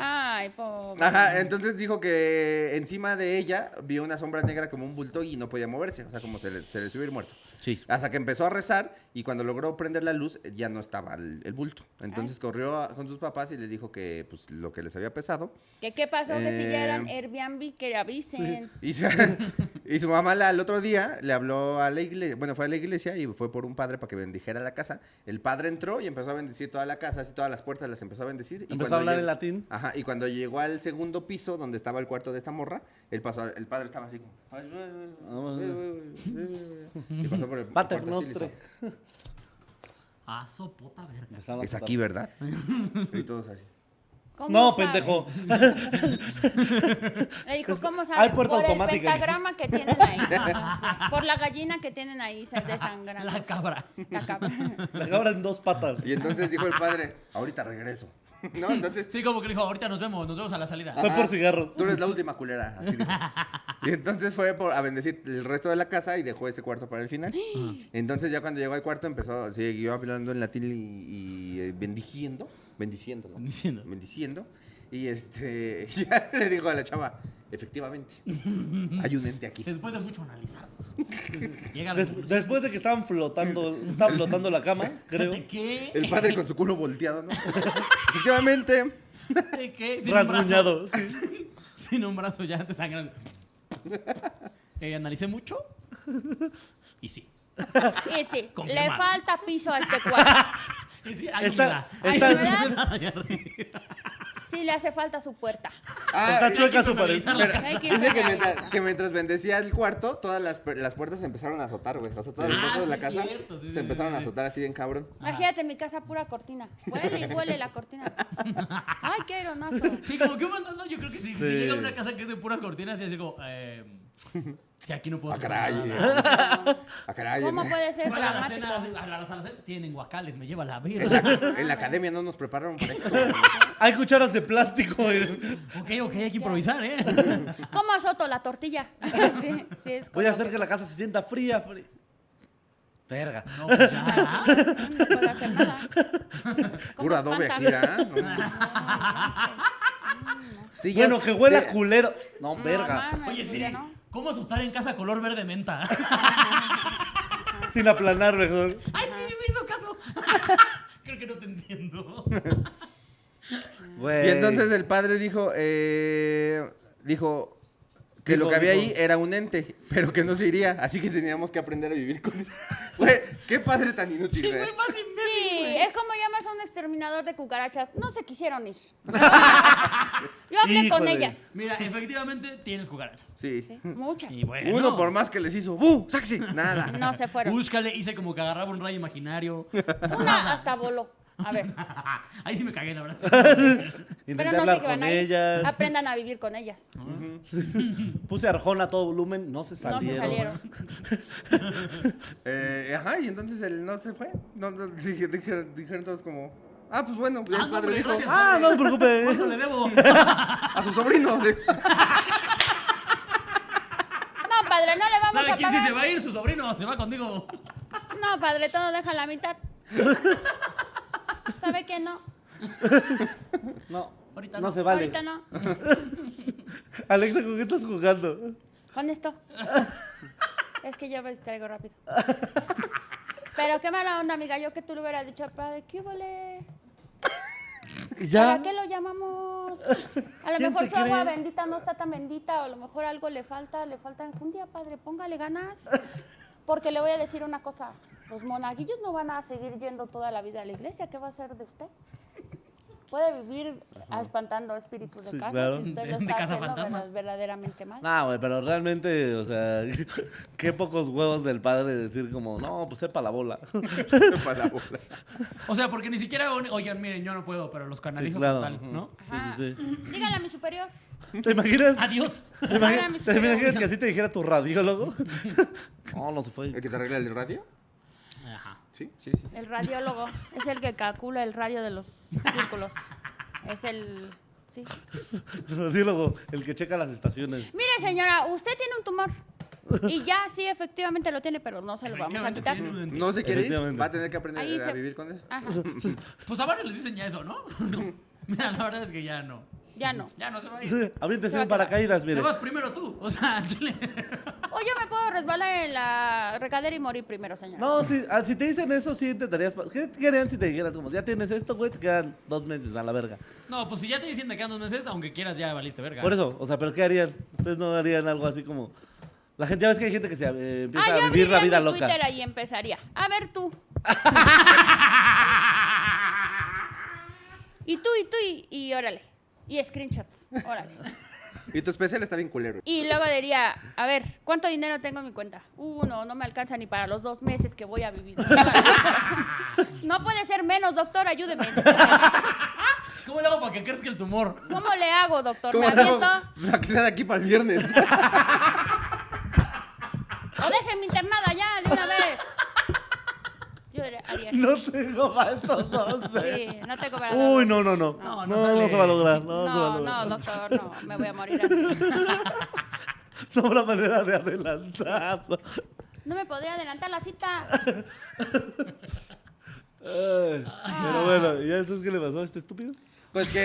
Ay,
Ah.
pobre.
Ajá, entonces dijo que encima de ella vio una sombra negra como un bulto y no podía moverse, o sea, como se le, se le subió el muerto.
Sí.
Hasta que empezó a rezar y cuando logró prender la luz ya no estaba el, el bulto. Entonces corrió a- con sus papás y les dijo que pues lo que les había pesado.
¿Qué, qué pasó? Que si ya eran
Eh,
Airbnb, que le avisen.
Y su, y su mamá la- al otro día le habló a la iglesia, bueno, fue a la iglesia y fue por un padre para que bendijera la casa. El padre entró y empezó a bendecir toda la casa, así todas las puertas las empezó a bendecir. y
Empezó a
cuando
hablar en
lleg-
latín.
Ajá, y cuando llegó al segundo piso donde estaba el cuarto de esta morra, él pasó, a- el padre estaba así como... Y pasó por el
Pater
cuarto así, le hizo,
Nostre.
Ah, sopota verga.
Es aquí, ¿verdad? Y todos así.
¿Cómo
No,
sabe?
pendejo.
Le dijo, ¿cómo sabe?
Hay puerta
Por el
automática.
pentagrama que tienen ahí. Sí. Por la gallina que tienen ahí, se desangran.
La cabra.
La cabra.
La cabra en dos patas.
Y entonces dijo el padre, ahorita regreso. ¿No? Entonces,
Sí, como que dijo, ahorita nos vemos, nos vemos a la salida.
Fue
Ah.
por cigarros.
Tú eres la última culera. Así dijo. Y entonces fue por, a bendecir el resto de la casa y dejó ese cuarto para el final. Entonces ya cuando llegó al cuarto empezó, siguió hablando en latín y, y, eh, bendiciendo. Bendiciendo, ¿no?
Bendiciendo.
Bendiciendo. Y este, ya le dijo a la chava, efectivamente, hay un ente aquí.
Después de mucho analizar. Llega la
Des-
conclusión.
después de que estaban flotando, estaba flotando la cama, creo.
¿De qué?
El padre con su culo volteado, ¿no? efectivamente.
¿De qué? Sin un brazo.
Rasguñado. sí.
Sin un brazo ya te sangran. Eh, analicé mucho. Y sí.
Y sí, le
Confirmado.
falta piso a este cuarto.
Y sí, hay
Está,
humedad.
Ay,
está-
¿verdad? Sí, le hace falta su puerta.
Ah,
está
eh,
chueca su pared.
supervisar la casa.
Hay que
Dice que
irse a
mientras,
la-
que mientras bendecía el cuarto, todas las, pu- las puertas se empezaron a azotar, güey. O sea, todas las
Ah,
puertas de
sí
la
es
casa
cierto, sí,
se
sí,
empezaron
sí,
a
sí.
azotar así bien cabrón.
Imagínate mi casa pura cortina. Huele y huele la cortina. Ay, qué aeronazo.
Sí, como que un fantasma, yo creo que si, si
Sí.
llega a una casa que es de puras cortinas y así como, eh, si aquí Pues no puedo
Ah,
sacar
caray.
nada.
Ah, caray,
¿Cómo
en-
puede ser
¿Cuál a la
dramático?
cena? Así, A la, a la cena tienen guacales, me lleva la
En
verga.
la, en la academia no nos prepararon para esto. güey.
hay cucharas de plástico. y-
Ok, ok, hay que improvisar, ¿eh?
¿Cómo azoto la tortilla? Sí, sí, es
Voy a
como
hacer que la casa se sienta fría. fri- Verga.
No, pues ya.
No puedo hacer nada.
Puro adobe aquí, ¿ah? No. Sí, ya
Bueno,
sé.
que huela culero. No, verga.
Verga.
Oye, sí, ¿cómo asustar en casa color verde menta?
Sin aplanar mejor.
Ay, sí, me hizo caso. Creo que no te entiendo.
Güey.
Eh, Y entonces el padre eh, dijo, eh, dijo que lo
Dijo-
que había ahí
dijo-
era un ente, pero que no se iría, así que teníamos que aprender a vivir con eso. Güey, qué padre tan inútil,
Sí,
güey.
güey, más imbécil,
Sí,
güey.
es como llamas a un exterminador de cucarachas. No se quisieron ir. Yo hablé con
Híjole.
ellas.
Mira, efectivamente tienes cucarachas.
Sí.
Muchas.
Y bueno.
Uno por más que les hizo, ¡bu! ¡Saxi! Nada.
No se fueron.
Búscale, hice como que agarraba un rayo imaginario.
Una hasta voló. A ver.
Ahí sí me cagué, la verdad.
Intenté
Pero no sé
hablar
qué
con
van a ir. Ah.
ellas.
Aprendan a vivir con ellas.
Puse Arjona a todo volumen, no se
No
salieron.
se salieron.
Eh, ajá, y entonces él no se fue. No, no, dije- dije- dijeron todos como, ah, pues bueno, pues
Ah,
el
no,
padre
hombre,
dijo, "Ah,
gracias.
Ah, no te preocupes.
¿Cuánto le debo?
a su sobrino. Le-
No, padre, no le vamos
¿Sabe
a
quién sí se
pagar.
va a ir? Su sobrino se va contigo.
No, padre, todo deja la mitad. ¿Sabe qué no?
No,
Ahorita
no,
no.
se vale.
Ahorita no.
Alexa, ¿con qué estás jugando?
Con esto. Es que yo me distraigo rápido. Pero qué mala onda, amiga. Yo que tú le hubiera dicho al padre, ¿qué vole?
Ya.
¿Para qué lo llamamos? A lo
¿Quién
mejor
se
su agua
cree?
bendita no está tan bendita, o a lo mejor algo le falta, le falta enjundia, padre, póngale ganas. Porque le voy a decir una cosa, los monaguillos no van a seguir yendo toda la vida a la iglesia, ¿qué va a hacer de usted? Puede vivir espantando espíritus de
Sí,
casa
claro.
si usted
De-
lo
de
está haciendo
cazafantasmas.
verdad- verdaderamente mal.
No, güey, pero realmente, o sea, qué pocos huevos del padre decir como, no, pues sepa la bola.
Pa' la bola.
O sea, porque ni siquiera. un- Oigan, miren, yo no puedo, pero los canalizo
Sí, claro.
total, ¿no?
Ajá. Ah,
Sí, sí,
Dígale a mi superior.
sí. ¿Te imaginas?
Adiós.
¿Te
Ahora me
imaginas, te
espero.
imaginas que así te dijera tu radiólogo? No, no se fue.
¿El que te arregla el radio?
Ajá.
Sí, sí, sí.
El radiólogo es el que calcula el radio de los círculos. Es el... Sí.
El radiólogo, el que checa las estaciones.
Mire, señora, usted tiene un tumor. Y ya, sí, efectivamente lo tiene, pero no se lo vamos a
Efectivamente,
quitar.
tiene un dentista.
No se quiere ir,
Efectivamente.
va a tener que aprender
Ahí
a
se-
vivir con eso.
Ah.
Ajá,
Pues a varios les dicen ya eso, ¿no? Mira, la verdad es que ya no.
ya no.
Ya no se va a ir.
Sí, aviéntese
Se va
en
a quedar.
paracaídas,
Te
mire.
vas primero tú. O sea, chile.
O yo me puedo resbalar en la recadera y morir primero, señora.
No, si, ah, si te dicen eso, sí intentarías. pa- ¿Qué qué harían si te dijeran como, ya tienes esto, güey? Te quedan dos meses a la verga.
No, pues si ya te dicen de acá dos meses, aunque quieras, ya valiste verga.
Por eso, o sea, ¿pero qué harían? Ustedes no harían algo así como. La gente, ya ves que hay gente que se eh, empieza
Ah, yo
a vivir
abriría
la vida
mi
loca.
Twitter ahí empezaría. A ver tú. y tú, y tú, y, y órale. Y screenshots, órale.
Y tu especial está bien culero.
Y luego diría, a ver, ¿cuánto dinero tengo en mi cuenta? Uno, no me alcanza ni para los dos meses que voy a vivir. No puede ser menos, doctor, ayúdeme.
¿Cómo le hago para que crezca el tumor?
¿Cómo le hago, doctor? ¿Me
¿Cómo le hago
aviento?
Para que sea de aquí para el viernes.
O déjenme internada ya, de una vez. Yo diría, haría así.
No tengo para estos dos. eh.
Sí, no tengo para dos
Uy,
meses.
no, no, no.
No, no
No, no,
sale.
se va a lograr. No, se va a
No, no,
lograr. No,
doctor, no, me voy a morir antes.
habrá manera de adelantarlo.
No me podría adelantar la cita.
Ay,
Ah.
Pero bueno, ¿ya sabes qué le pasó a este estúpido?
Pues que.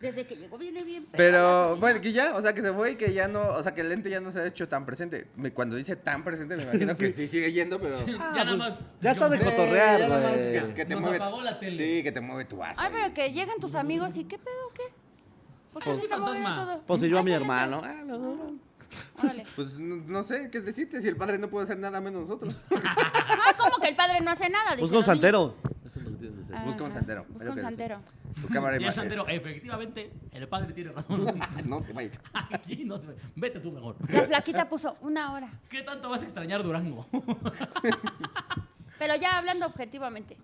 Desde que llegó viene bien. pegada
Pero
su
bueno,
vida.
que ya, o sea, que se fue y que ya no, o sea, que el ente ya no se ha hecho tan presente. Me- Cuando dice tan presente, me imagino que sí sigue yendo, pero.
ya nada más.
Ah, pues, Ya está de
Sí,
cotorrear,
ya nada más
güey.
Nos apagó la tele.
Sí, que te mueve tu vaso.
Ay,
y-
pero que llegan tus amigos y qué pedo, qué. ¿Por qué
Pues-
se está moviendo
fantasma.
todo?
Poseyó a
Ah,
mi
sale acá.
hermano. Ah, no, no, no.
Órale.
Pues no, no sé qué decirte si el padre no puede hacer nada menos nosotros.
Ah, como que el padre no hace nada.
Busca un
Dicen los niños.
Pues santero. Eso es lo que tienes que hacer.
Ah,
Busca un
ajá,
santero, es
Busca
lo
un
que dice.
santero.
Tu cámara
Y el
imagen.
santero, efectivamente, el padre tiene razón.
No se vaya.
Aquí no se ve. Vete tú mejor.
La flaquita puso una hora.
¿Qué tanto vas a extrañar Durango?
Pero ya hablando objetivamente.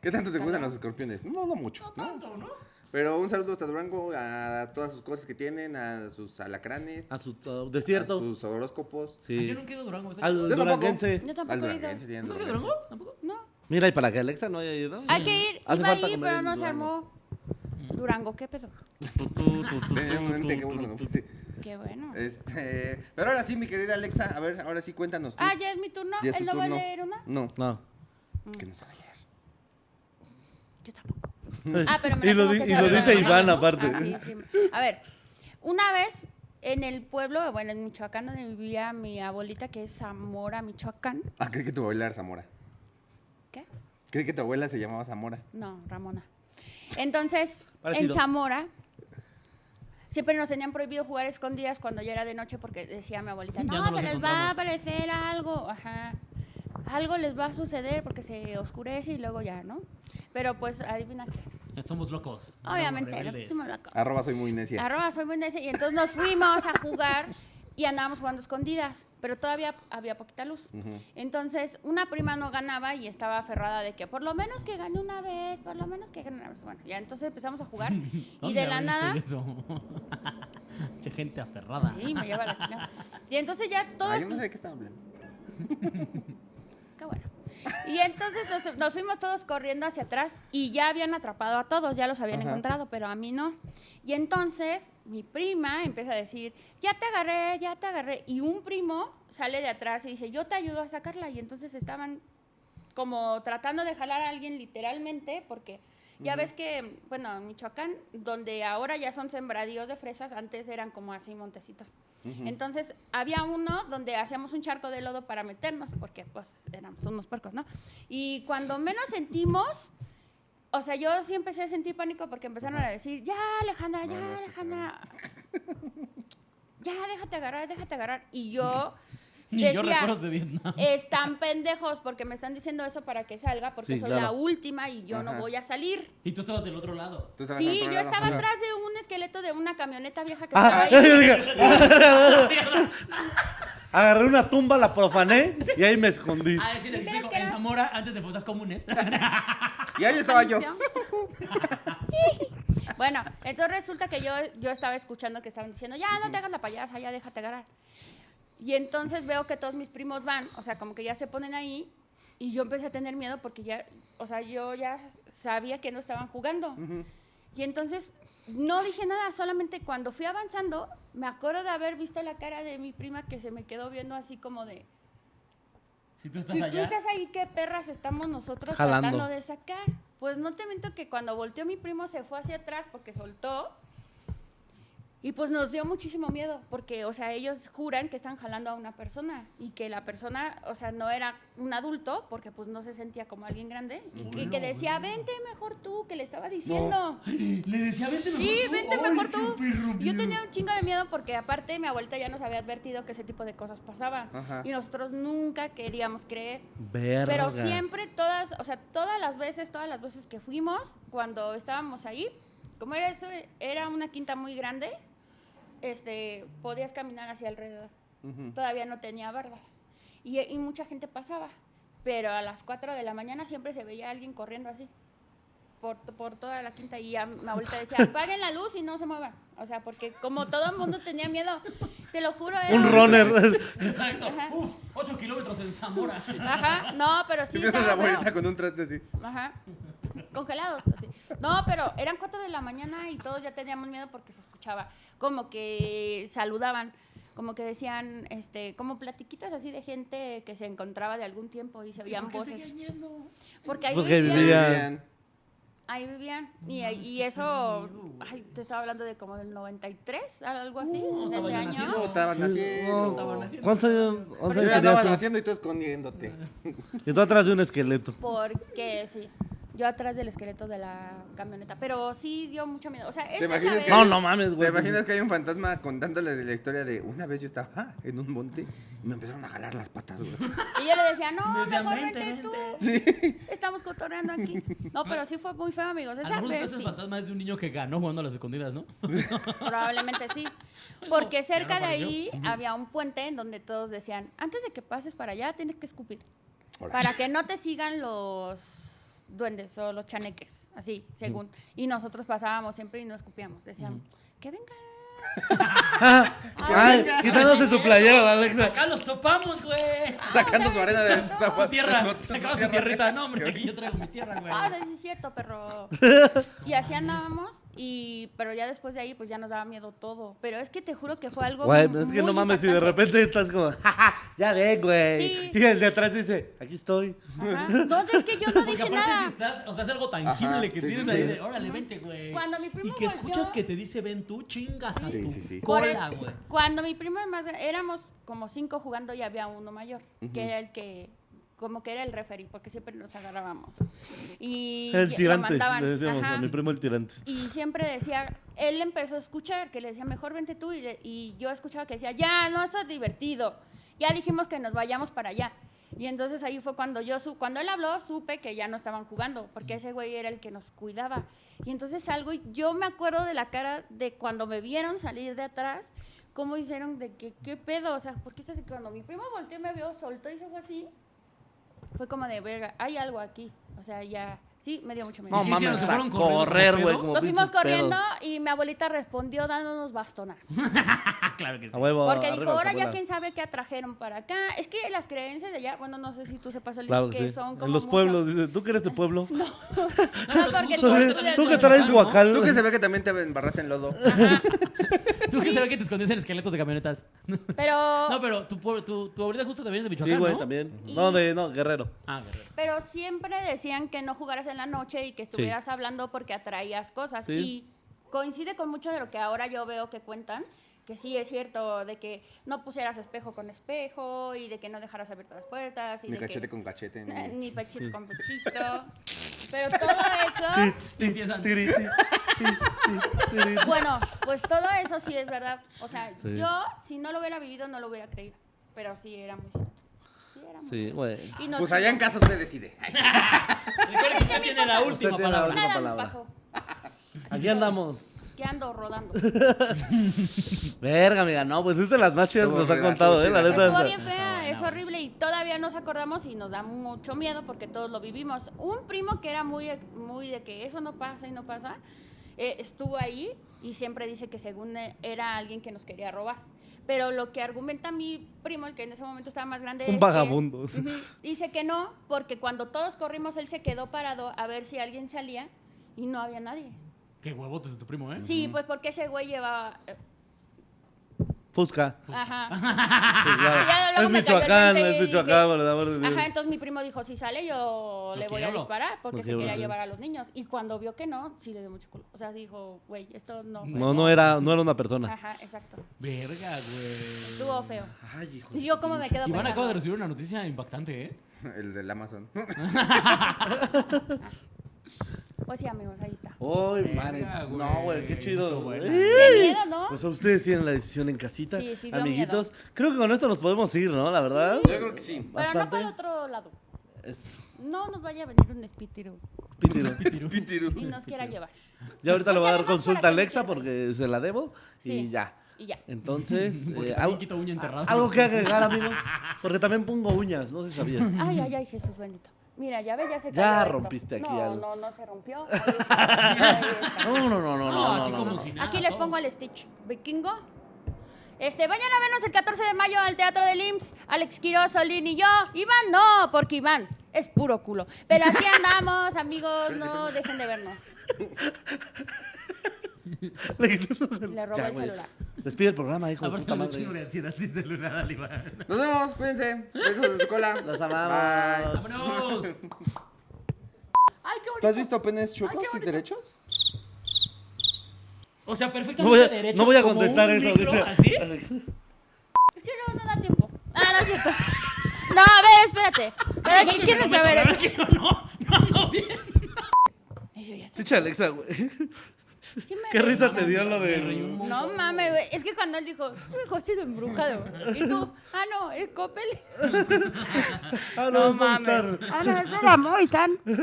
¿Qué tanto te gustan los escorpiones? No, no mucho, ¿no?
Tanto, ¿no?
Pero un saludo hasta Durango, a todas sus cosas que tienen, a sus alacranes,
A su a-
a
desierto.
sus horóscopos.
Sí.
Yo nunca he ido a Durango. ¿está
Al
chido?
Yo tampoco.
duranguense.
Yo
Al
tampoco he ido.
duranguense tienen
¿Nunca has ido a
duranguense.
Durango? ¿Tampoco?
No.
Mira, y para que Alexa no haya ido.
Hay que ir.
Hace
Iba a
falta
ir,
comer
pero
en
no se
Durango.
armó. Durango, ¿qué pedo?
Tenía un ente, qué bueno que no fuiste.
Qué bueno.
Este, pero ahora sí, mi querida Alexa, a ver, ahora sí cuéntanos. tú.
Ah, ya es mi turno.
Ya es
¿Él
tu
no va a
turno.
leer una? Mm.
No,
No.
que no sabe leer.
Yo tampoco. Ah, pero me la
Y lo,
tengo
di-
que
y lo
saber.
dice Iván aparte.
Ah, sí, sí. A ver, una vez en el pueblo, bueno, en Michoacán, donde vivía mi abuelita, que es Zamora, Michoacán.
Ah, creí que tu abuela era Zamora.
¿Qué?
Creí que tu abuela se llamaba Zamora.
No, Ramona. Entonces, en
Parecido.
Zamora Siempre nos tenían prohibido jugar a escondidas cuando ya era de noche porque decía mi abuelita,
Ya
no,
no nos
se les va a
encontramos".
aparecer algo, ajá. Algo les va a suceder porque se oscurece y luego ya, ¿no? Pero pues adivina qué.
Somos locos.
Obviamente,
éramos
lo
rebeldes.
pusimos la cosa.
Arroba soy muy necia.
Arroba soy buena y entonces nos fuimos a jugar y andábamos jugando escondidas, pero todavía había poquita luz. Entonces, una prima no ganaba y estaba aferrada de que por lo menos que gane una vez, por lo menos que gane una vez. Bueno, ya entonces empezamos a jugar y
¿Dónde este?
de la
habré
nada...
visto yo eso? Che, gente aferrada.
Sí, me lleva la chingada. Y entonces ya todos...
Ah, yo no sé de qué están hablando.
Qué bueno. Y entonces nos, nos fuimos todos corriendo hacia atrás y ya habían atrapado a todos, ya los habían
Ajá.
encontrado, pero a mí no. Y entonces mi prima empieza a decir, ya te agarré, ya te agarré. Y un primo sale de atrás y dice, yo te ayudo a sacarla. Y entonces estaban como tratando de jalar a alguien literalmente, porque ya ves que, bueno, en Michoacán, donde ahora ya son sembradíos de fresas, antes eran como así montecitos. Entonces, había uno donde hacíamos un charco de lodo para meternos, porque pues éramos unos puercos, ¿no? Y cuando menos sentimos, o sea, yo sí empecé a sentir pánico porque empezaron a decir, ya, Alejandra, ya, Alejandra. Ya, déjate agarrar, déjate agarrar. Y yo
Ni yo
decía, eh,
recuerdos de Vietnam.
están pendejos porque me están diciendo eso para que salga, porque
Sí,
soy
claro.
la última y yo no
Ajá.
voy a salir.
Y tú estabas del otro lado.
Pues,
Tú estabas al
Sí,
otro
yo
lado.
estaba atrás de un esqueleto de una camioneta vieja que
Ah,
estaba ahí.
Ah,
Agarré una tumba, la profané y ahí me escondí.
Ah, es que les
¿Y crees
explico.
que
En
era?
Zamora, antes de fosas comunes,
Y ahí estaba yo.
bueno, entonces resulta que yo, yo estaba escuchando que estaban diciendo, ya no te hagas la payasa, ya déjate agarrar. Y entonces veo que todos mis primos van, o sea, como que ya se ponen ahí. Y yo empecé a tener miedo porque ya, o sea, yo ya sabía que no estaban jugando. Y entonces no dije nada, solamente cuando fui avanzando, me acuerdo de haber visto la cara de mi prima que se me quedó viendo así como de,
si tú estás
si tú
allá.
estás ahí, ¿qué perras estamos nosotros
Jalando.
tratando de sacar? Pues no te miento que cuando volteó mi primo se fue hacia atrás porque soltó. Y pues nos dio muchísimo miedo, porque, o sea, ellos juran que están jalando a una persona y que la persona, o sea, no era un adulto, porque pues no se sentía como alguien grande, y que, que decía, vente mejor tú, que le estaba diciendo.
Le decía, vente mejor
Sí,
tú".
vente
Ay,
mejor
qué
tú.
perro
Yo
miedo.
tenía un chingo de miedo porque aparte mi abuelita ya nos había advertido que ese tipo de cosas pasaban
Ajá.
y nosotros nunca queríamos creer.
Verga.
Pero siempre, todas, o sea, todas las veces, todas las veces que fuimos, cuando estábamos ahí, como era, eso, era una quinta muy grande, este, podías caminar hacia alrededor. Todavía no tenía bardas. Y, y mucha gente pasaba. Pero a las 4 de la mañana siempre se veía alguien corriendo así. Por, por toda la quinta. Y ya mi abuelita decía, apaguen la luz y no se muevan. O sea, porque como todo el mundo tenía miedo, te lo juro. Era
Un runner.
Exacto.
Ajá.
Uf, 8 kilómetros en Zamora.
Ajá, no, pero sí.
Y ves a la
estaba feo.
abuelita con un traste así.
Ajá. Congelados, así. No, pero eran 4 de la mañana y todos ya teníamos miedo porque se escuchaba. Como que saludaban, como que decían, este, como platiquitas así de gente que se encontraba de algún tiempo y se oían voces. Porque ahí
Porque
vivían.
vivía-
Bien.
Ahí vivían. Y,
mames,
y
qué
eso,
peligro, güey.
ay, te estaba hablando de como del 93, algo así,
Uh,
de ese
estaba yo naciendo.
año.
Estaban
Estaban
haciendo.
haciendo-
¿Cuántos años?
Yo
¿Cuántos
ya
años
estaban
tenías?
haciendo y tú escondiéndote.
Y tú atrás de un esqueleto.
Porque sí. Yo atrás del esqueleto de la camioneta. Pero sí dio mucho miedo. O sea, esa es la
imaginas
vez-
que-
No, no mames,
¿Te
pues,
güey.
imaginas que hay un fantasma contándole de la historia de una vez yo estaba ah, en un monte y me empezaron a jalar las patas, güey?
Y yo le decía, no,
Me decían,
mejor
"Vente,
vente,
vente".
tú. Estamos cotorreando aquí. No, pero sí fue muy feo, amigos. Esa
Algunos
vez
veces el
sí,
fantasma es de un niño que ganó jugando a las escondidas, ¿no?
probablemente sí.
Ya
Porque
no
cerca de
apareció.
ahí había un puente en donde todos decían, antes de que pases para allá, tienes que escupir.
Ahora.
Para que no te sigan los duendes o los chaneques, así, según. Y nosotros pasábamos siempre y no escupíamos. Decían, que venga.
Ay, quitándose su playera, la Alexa.
Acá los topamos, güey.
Sacando su arena de
Su
zapato-
tierra.
su- su
Sacaba su
tierra.
tierrita. No, hombre, aquí yo traigo mi tierra, güey.
Ah, sí, sí, es cierto, perro. Y así andábamos, y, pero ya después de ahí, pues ya nos daba miedo todo. Pero es que te juro que fue algo.
Güey,
mu-
pero es que
muy
no mames, si de
impactante.
repente estás como, "Ja, ja, ya ven, güey.
Sí.
Y el de atrás dice, aquí estoy.
Ajá. No, es que yo no
Porque
dije
aparte si
nada.
estás, o sea, es algo tangible
Ajá,
que
sí,
tienes
sí,
ahí
sí.
de, órale, vente, güey.
Cuando mi primo
Y que escuchas
volteó-
que te dice, ven tú, chingas a
Sí,
tu
sí, sí.
Por
cola,
el-
güey.
Cuando mi primo más éramos como cinco jugando y había uno mayor, que era el que como que era el referí, porque siempre nos agarrábamos. Y
El
lo
tirantes,
mandaban,
le decíamos a
ajá.
mi primo el tirantes.
Y siempre decía, él empezó a escuchar, que le decía, mejor vente tú. Y, le- y yo escuchaba que decía, ya, no estás divertido. Ya dijimos que nos vayamos para allá. Y entonces ahí fue cuando yo, su cuando él habló, supe que ya no estaban jugando, porque ese güey era el que nos cuidaba. Y entonces algo, yo me acuerdo de la cara de cuando me vieron salir de atrás, cómo hicieron de que, qué pedo, o sea, porque estás aquí? cuando mi primo volteó y me vio, soltó y se fue así, fue como de, verga, hay algo aquí. O sea, ya, sí, me dio mucho miedo.
¿Y qué hicieron? ¿Se
o sea,
fueron corriendo
correr,
como
güey.
pedo?
como
Nos fuimos
pinches pedos.
corriendo y mi abuelita respondió dándonos bastonazos.
Ah, claro que sí.
A huevo,
Porque
arriba
dijo,
las
ahora ya
abuelas".
quién sabe qué atrajeron para acá. Es que las creencias de allá, bueno, no sé si tú sepas, Oli,
Claro
que
que sí.
son como
En los
mucho-
pueblos, dice, ¿tú que eres de pueblo?
No, porque
Tú
tú,
que-
tú eres
¿Tú
de-
que traes
¿no?
guacal?
Tú que se ve que también te embarraste en lodo.
Tú que sabes que te escondías en esqueletos de camionetas.
Pero,
No, pero tu, pueblo- tu, tu abuelita justo también es de Michoacán,
Sí, güey,
¿no?
también.
Y-
No, de, no, Guerrero.
Ah, guerrero.
pero siempre decían que no jugaras en la noche y que estuvieras hablando porque atraías cosas.
Sí.
Y coincide con mucho de lo que ahora yo veo que cuentan. Que sí es cierto, de que no pusieras espejo con espejo y de que no dejaras abiertas las puertas. Y
Ni
de que-
cachete con cachete. ni-
Eh, Ni pechito con pechito. Pero todo eso.
Empiezan.
Tiri, ti, ti, ti, tiri, ti.
Bueno, pues todo eso sí es verdad. O sea,
Sí.
yo, si no lo hubiera vivido, no lo hubiera creído. Pero sí era muy cierto. Sí era muy
Sí, güey.
Y nos-
Pues allá en casa usted decide.
Recuerden que usted tiene la última
tiene la
palabra.
última
Nada me
palabra.
pasó.
Aquí andamos.
Que ando rodando.
Verga, amiga, no, pues es de las más chidas que
Estuvo
nos ha
chida,
contado,
estuvo
¿eh? La
chida.
neta.
Estuvo
esa.
bien fea,
no,
es
no.
horrible y todavía nos acordamos y nos da mucho miedo porque todos lo vivimos. Un primo que era muy, muy de que eso no pasa y no pasa, eh, estuvo ahí y siempre dice que según eh, era alguien que nos quería robar. Pero lo que argumenta mi primo, el que en ese momento estaba más grande,
Un
es que-
vagabundo.
Ujú, dice que no, porque cuando todos corrimos él se quedó parado a ver si alguien salía y no había nadie.
Qué huevotes de tu primo, ¿eh?
Sí, pues porque ese güey llevaba, eh,
Fusca.
ajá.
Sí, claro.
Ah, ya luego
Es
me cayó el
Michoacán,
veinte y
es
dije-
Michoacán, por el amor de Dios.
Ajá, entonces mi primo dijo, si sale yo
Lo
le voy a
quiebro.
disparar porque
Lo
se
quiebro,
quería
sí.
llevar a los niños. Y cuando vio que no, sí le dio mucho culo. O sea, dijo, güey, esto no. fue".
No, no era, no era una persona.
Ajá, exacto.
Verga, güey.
Estuvo feo.
Ay, hijo.
Y yo como me quedo
Iván acaba de
pensando.
recibir una noticia impactante, ¿eh?
El del Amazon.
Pues sí, amigos, ahí está.
Ay,
Verga,
manes. No, güey, qué
estuvo
chido.
buena.
güey.
Qué miedo, ¿no?
Pues a ustedes tienen la decisión en casita,
Sí, sí, dio
amiguitos. Creo que con esto nos podemos ir, ¿no? La verdad.
Yo creo que sí.
Pero no
bastante.
para el otro lado.
Es-
No nos vaya a venir un espíritu
Pítiro.
y nos quiera llevar.
Ya ahorita le voy a dar
Porque además
consulta a
para que
Alexa
me quieras.
porque se la debo y
Sí.
ya.
Y ya.
Entonces,
Porque
eh,
también
algo,
quita uña enterrada.
algo que agregar, amigos. Porque también pongo uñas, no sé si sabían.
Ay, ay, ay, Jesús bendito. Mira, ya ves, ya se
Ya
cayó esto.
rompiste aquí
No,
algo.
no, no se rompió. Ahí está. Ahí está.
No, no, no, no,
No,
no, no,
Ah, aquí
no.
como
no.
si nada.
Aquí les
todo.
pongo al Stitch. Vikingo. Este, vayan a vernos el 14 de mayo al Teatro del IMSS. Alex Quiroz, Solín y yo. Iván no, porque Iván es puro culo. Pero aquí andamos, amigos. No dejen de vernos.
Le quitas el-
Le robó
Ya,
el
güey.
celular.
Despide el programa, hijo de
Aparte de
puta
un
madre.
chingo de ansiedad sin celular al Iván.
Nos vemos, cuídense. Besos de su cola.
Los
Bye.
amamos.
¡Vámonos!
Ay, qué bonito.
¿Tú has visto penes chuecos y derechos?
O sea,
No
perfectamente
voy, a,
derecho.
no voy a contestar
como un
eso.
micro,
dice.
¿Así?
Es que no, no da tiempo. Ah, no es cierto. No, a ver, espérate. Pero es que quiero saber
La verdad
eso.
es que no, no, no, no, bien.
Yo ya sé.
Pinche Alexa, güey.
Sí me
Qué
reí.
risa te dio lo
Me reí un
de.
montón.
No mames, güey. Es que cuando él dijo, su hijo ha sido embrujado. Y tú, ah, no, es Coppel.
Ah, no,
No
es Movistar.
mames. Ah, no, es de la Movistar. Ah,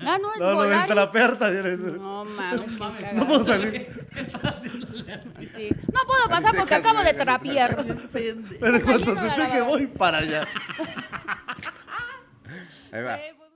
no, es
No, no,
Volaris.
está la perta. viene.
No mames, qué
Mames,
cagada.
No puedo salir.
Estaba haciéndole así.
Sí. No puedo pasar porque
cejas,
acabo de
güey.
trapear.
Pero cuando
no,
se
la
esté que
verdad.
voy para allá.
Ahí va.
Eh, pues-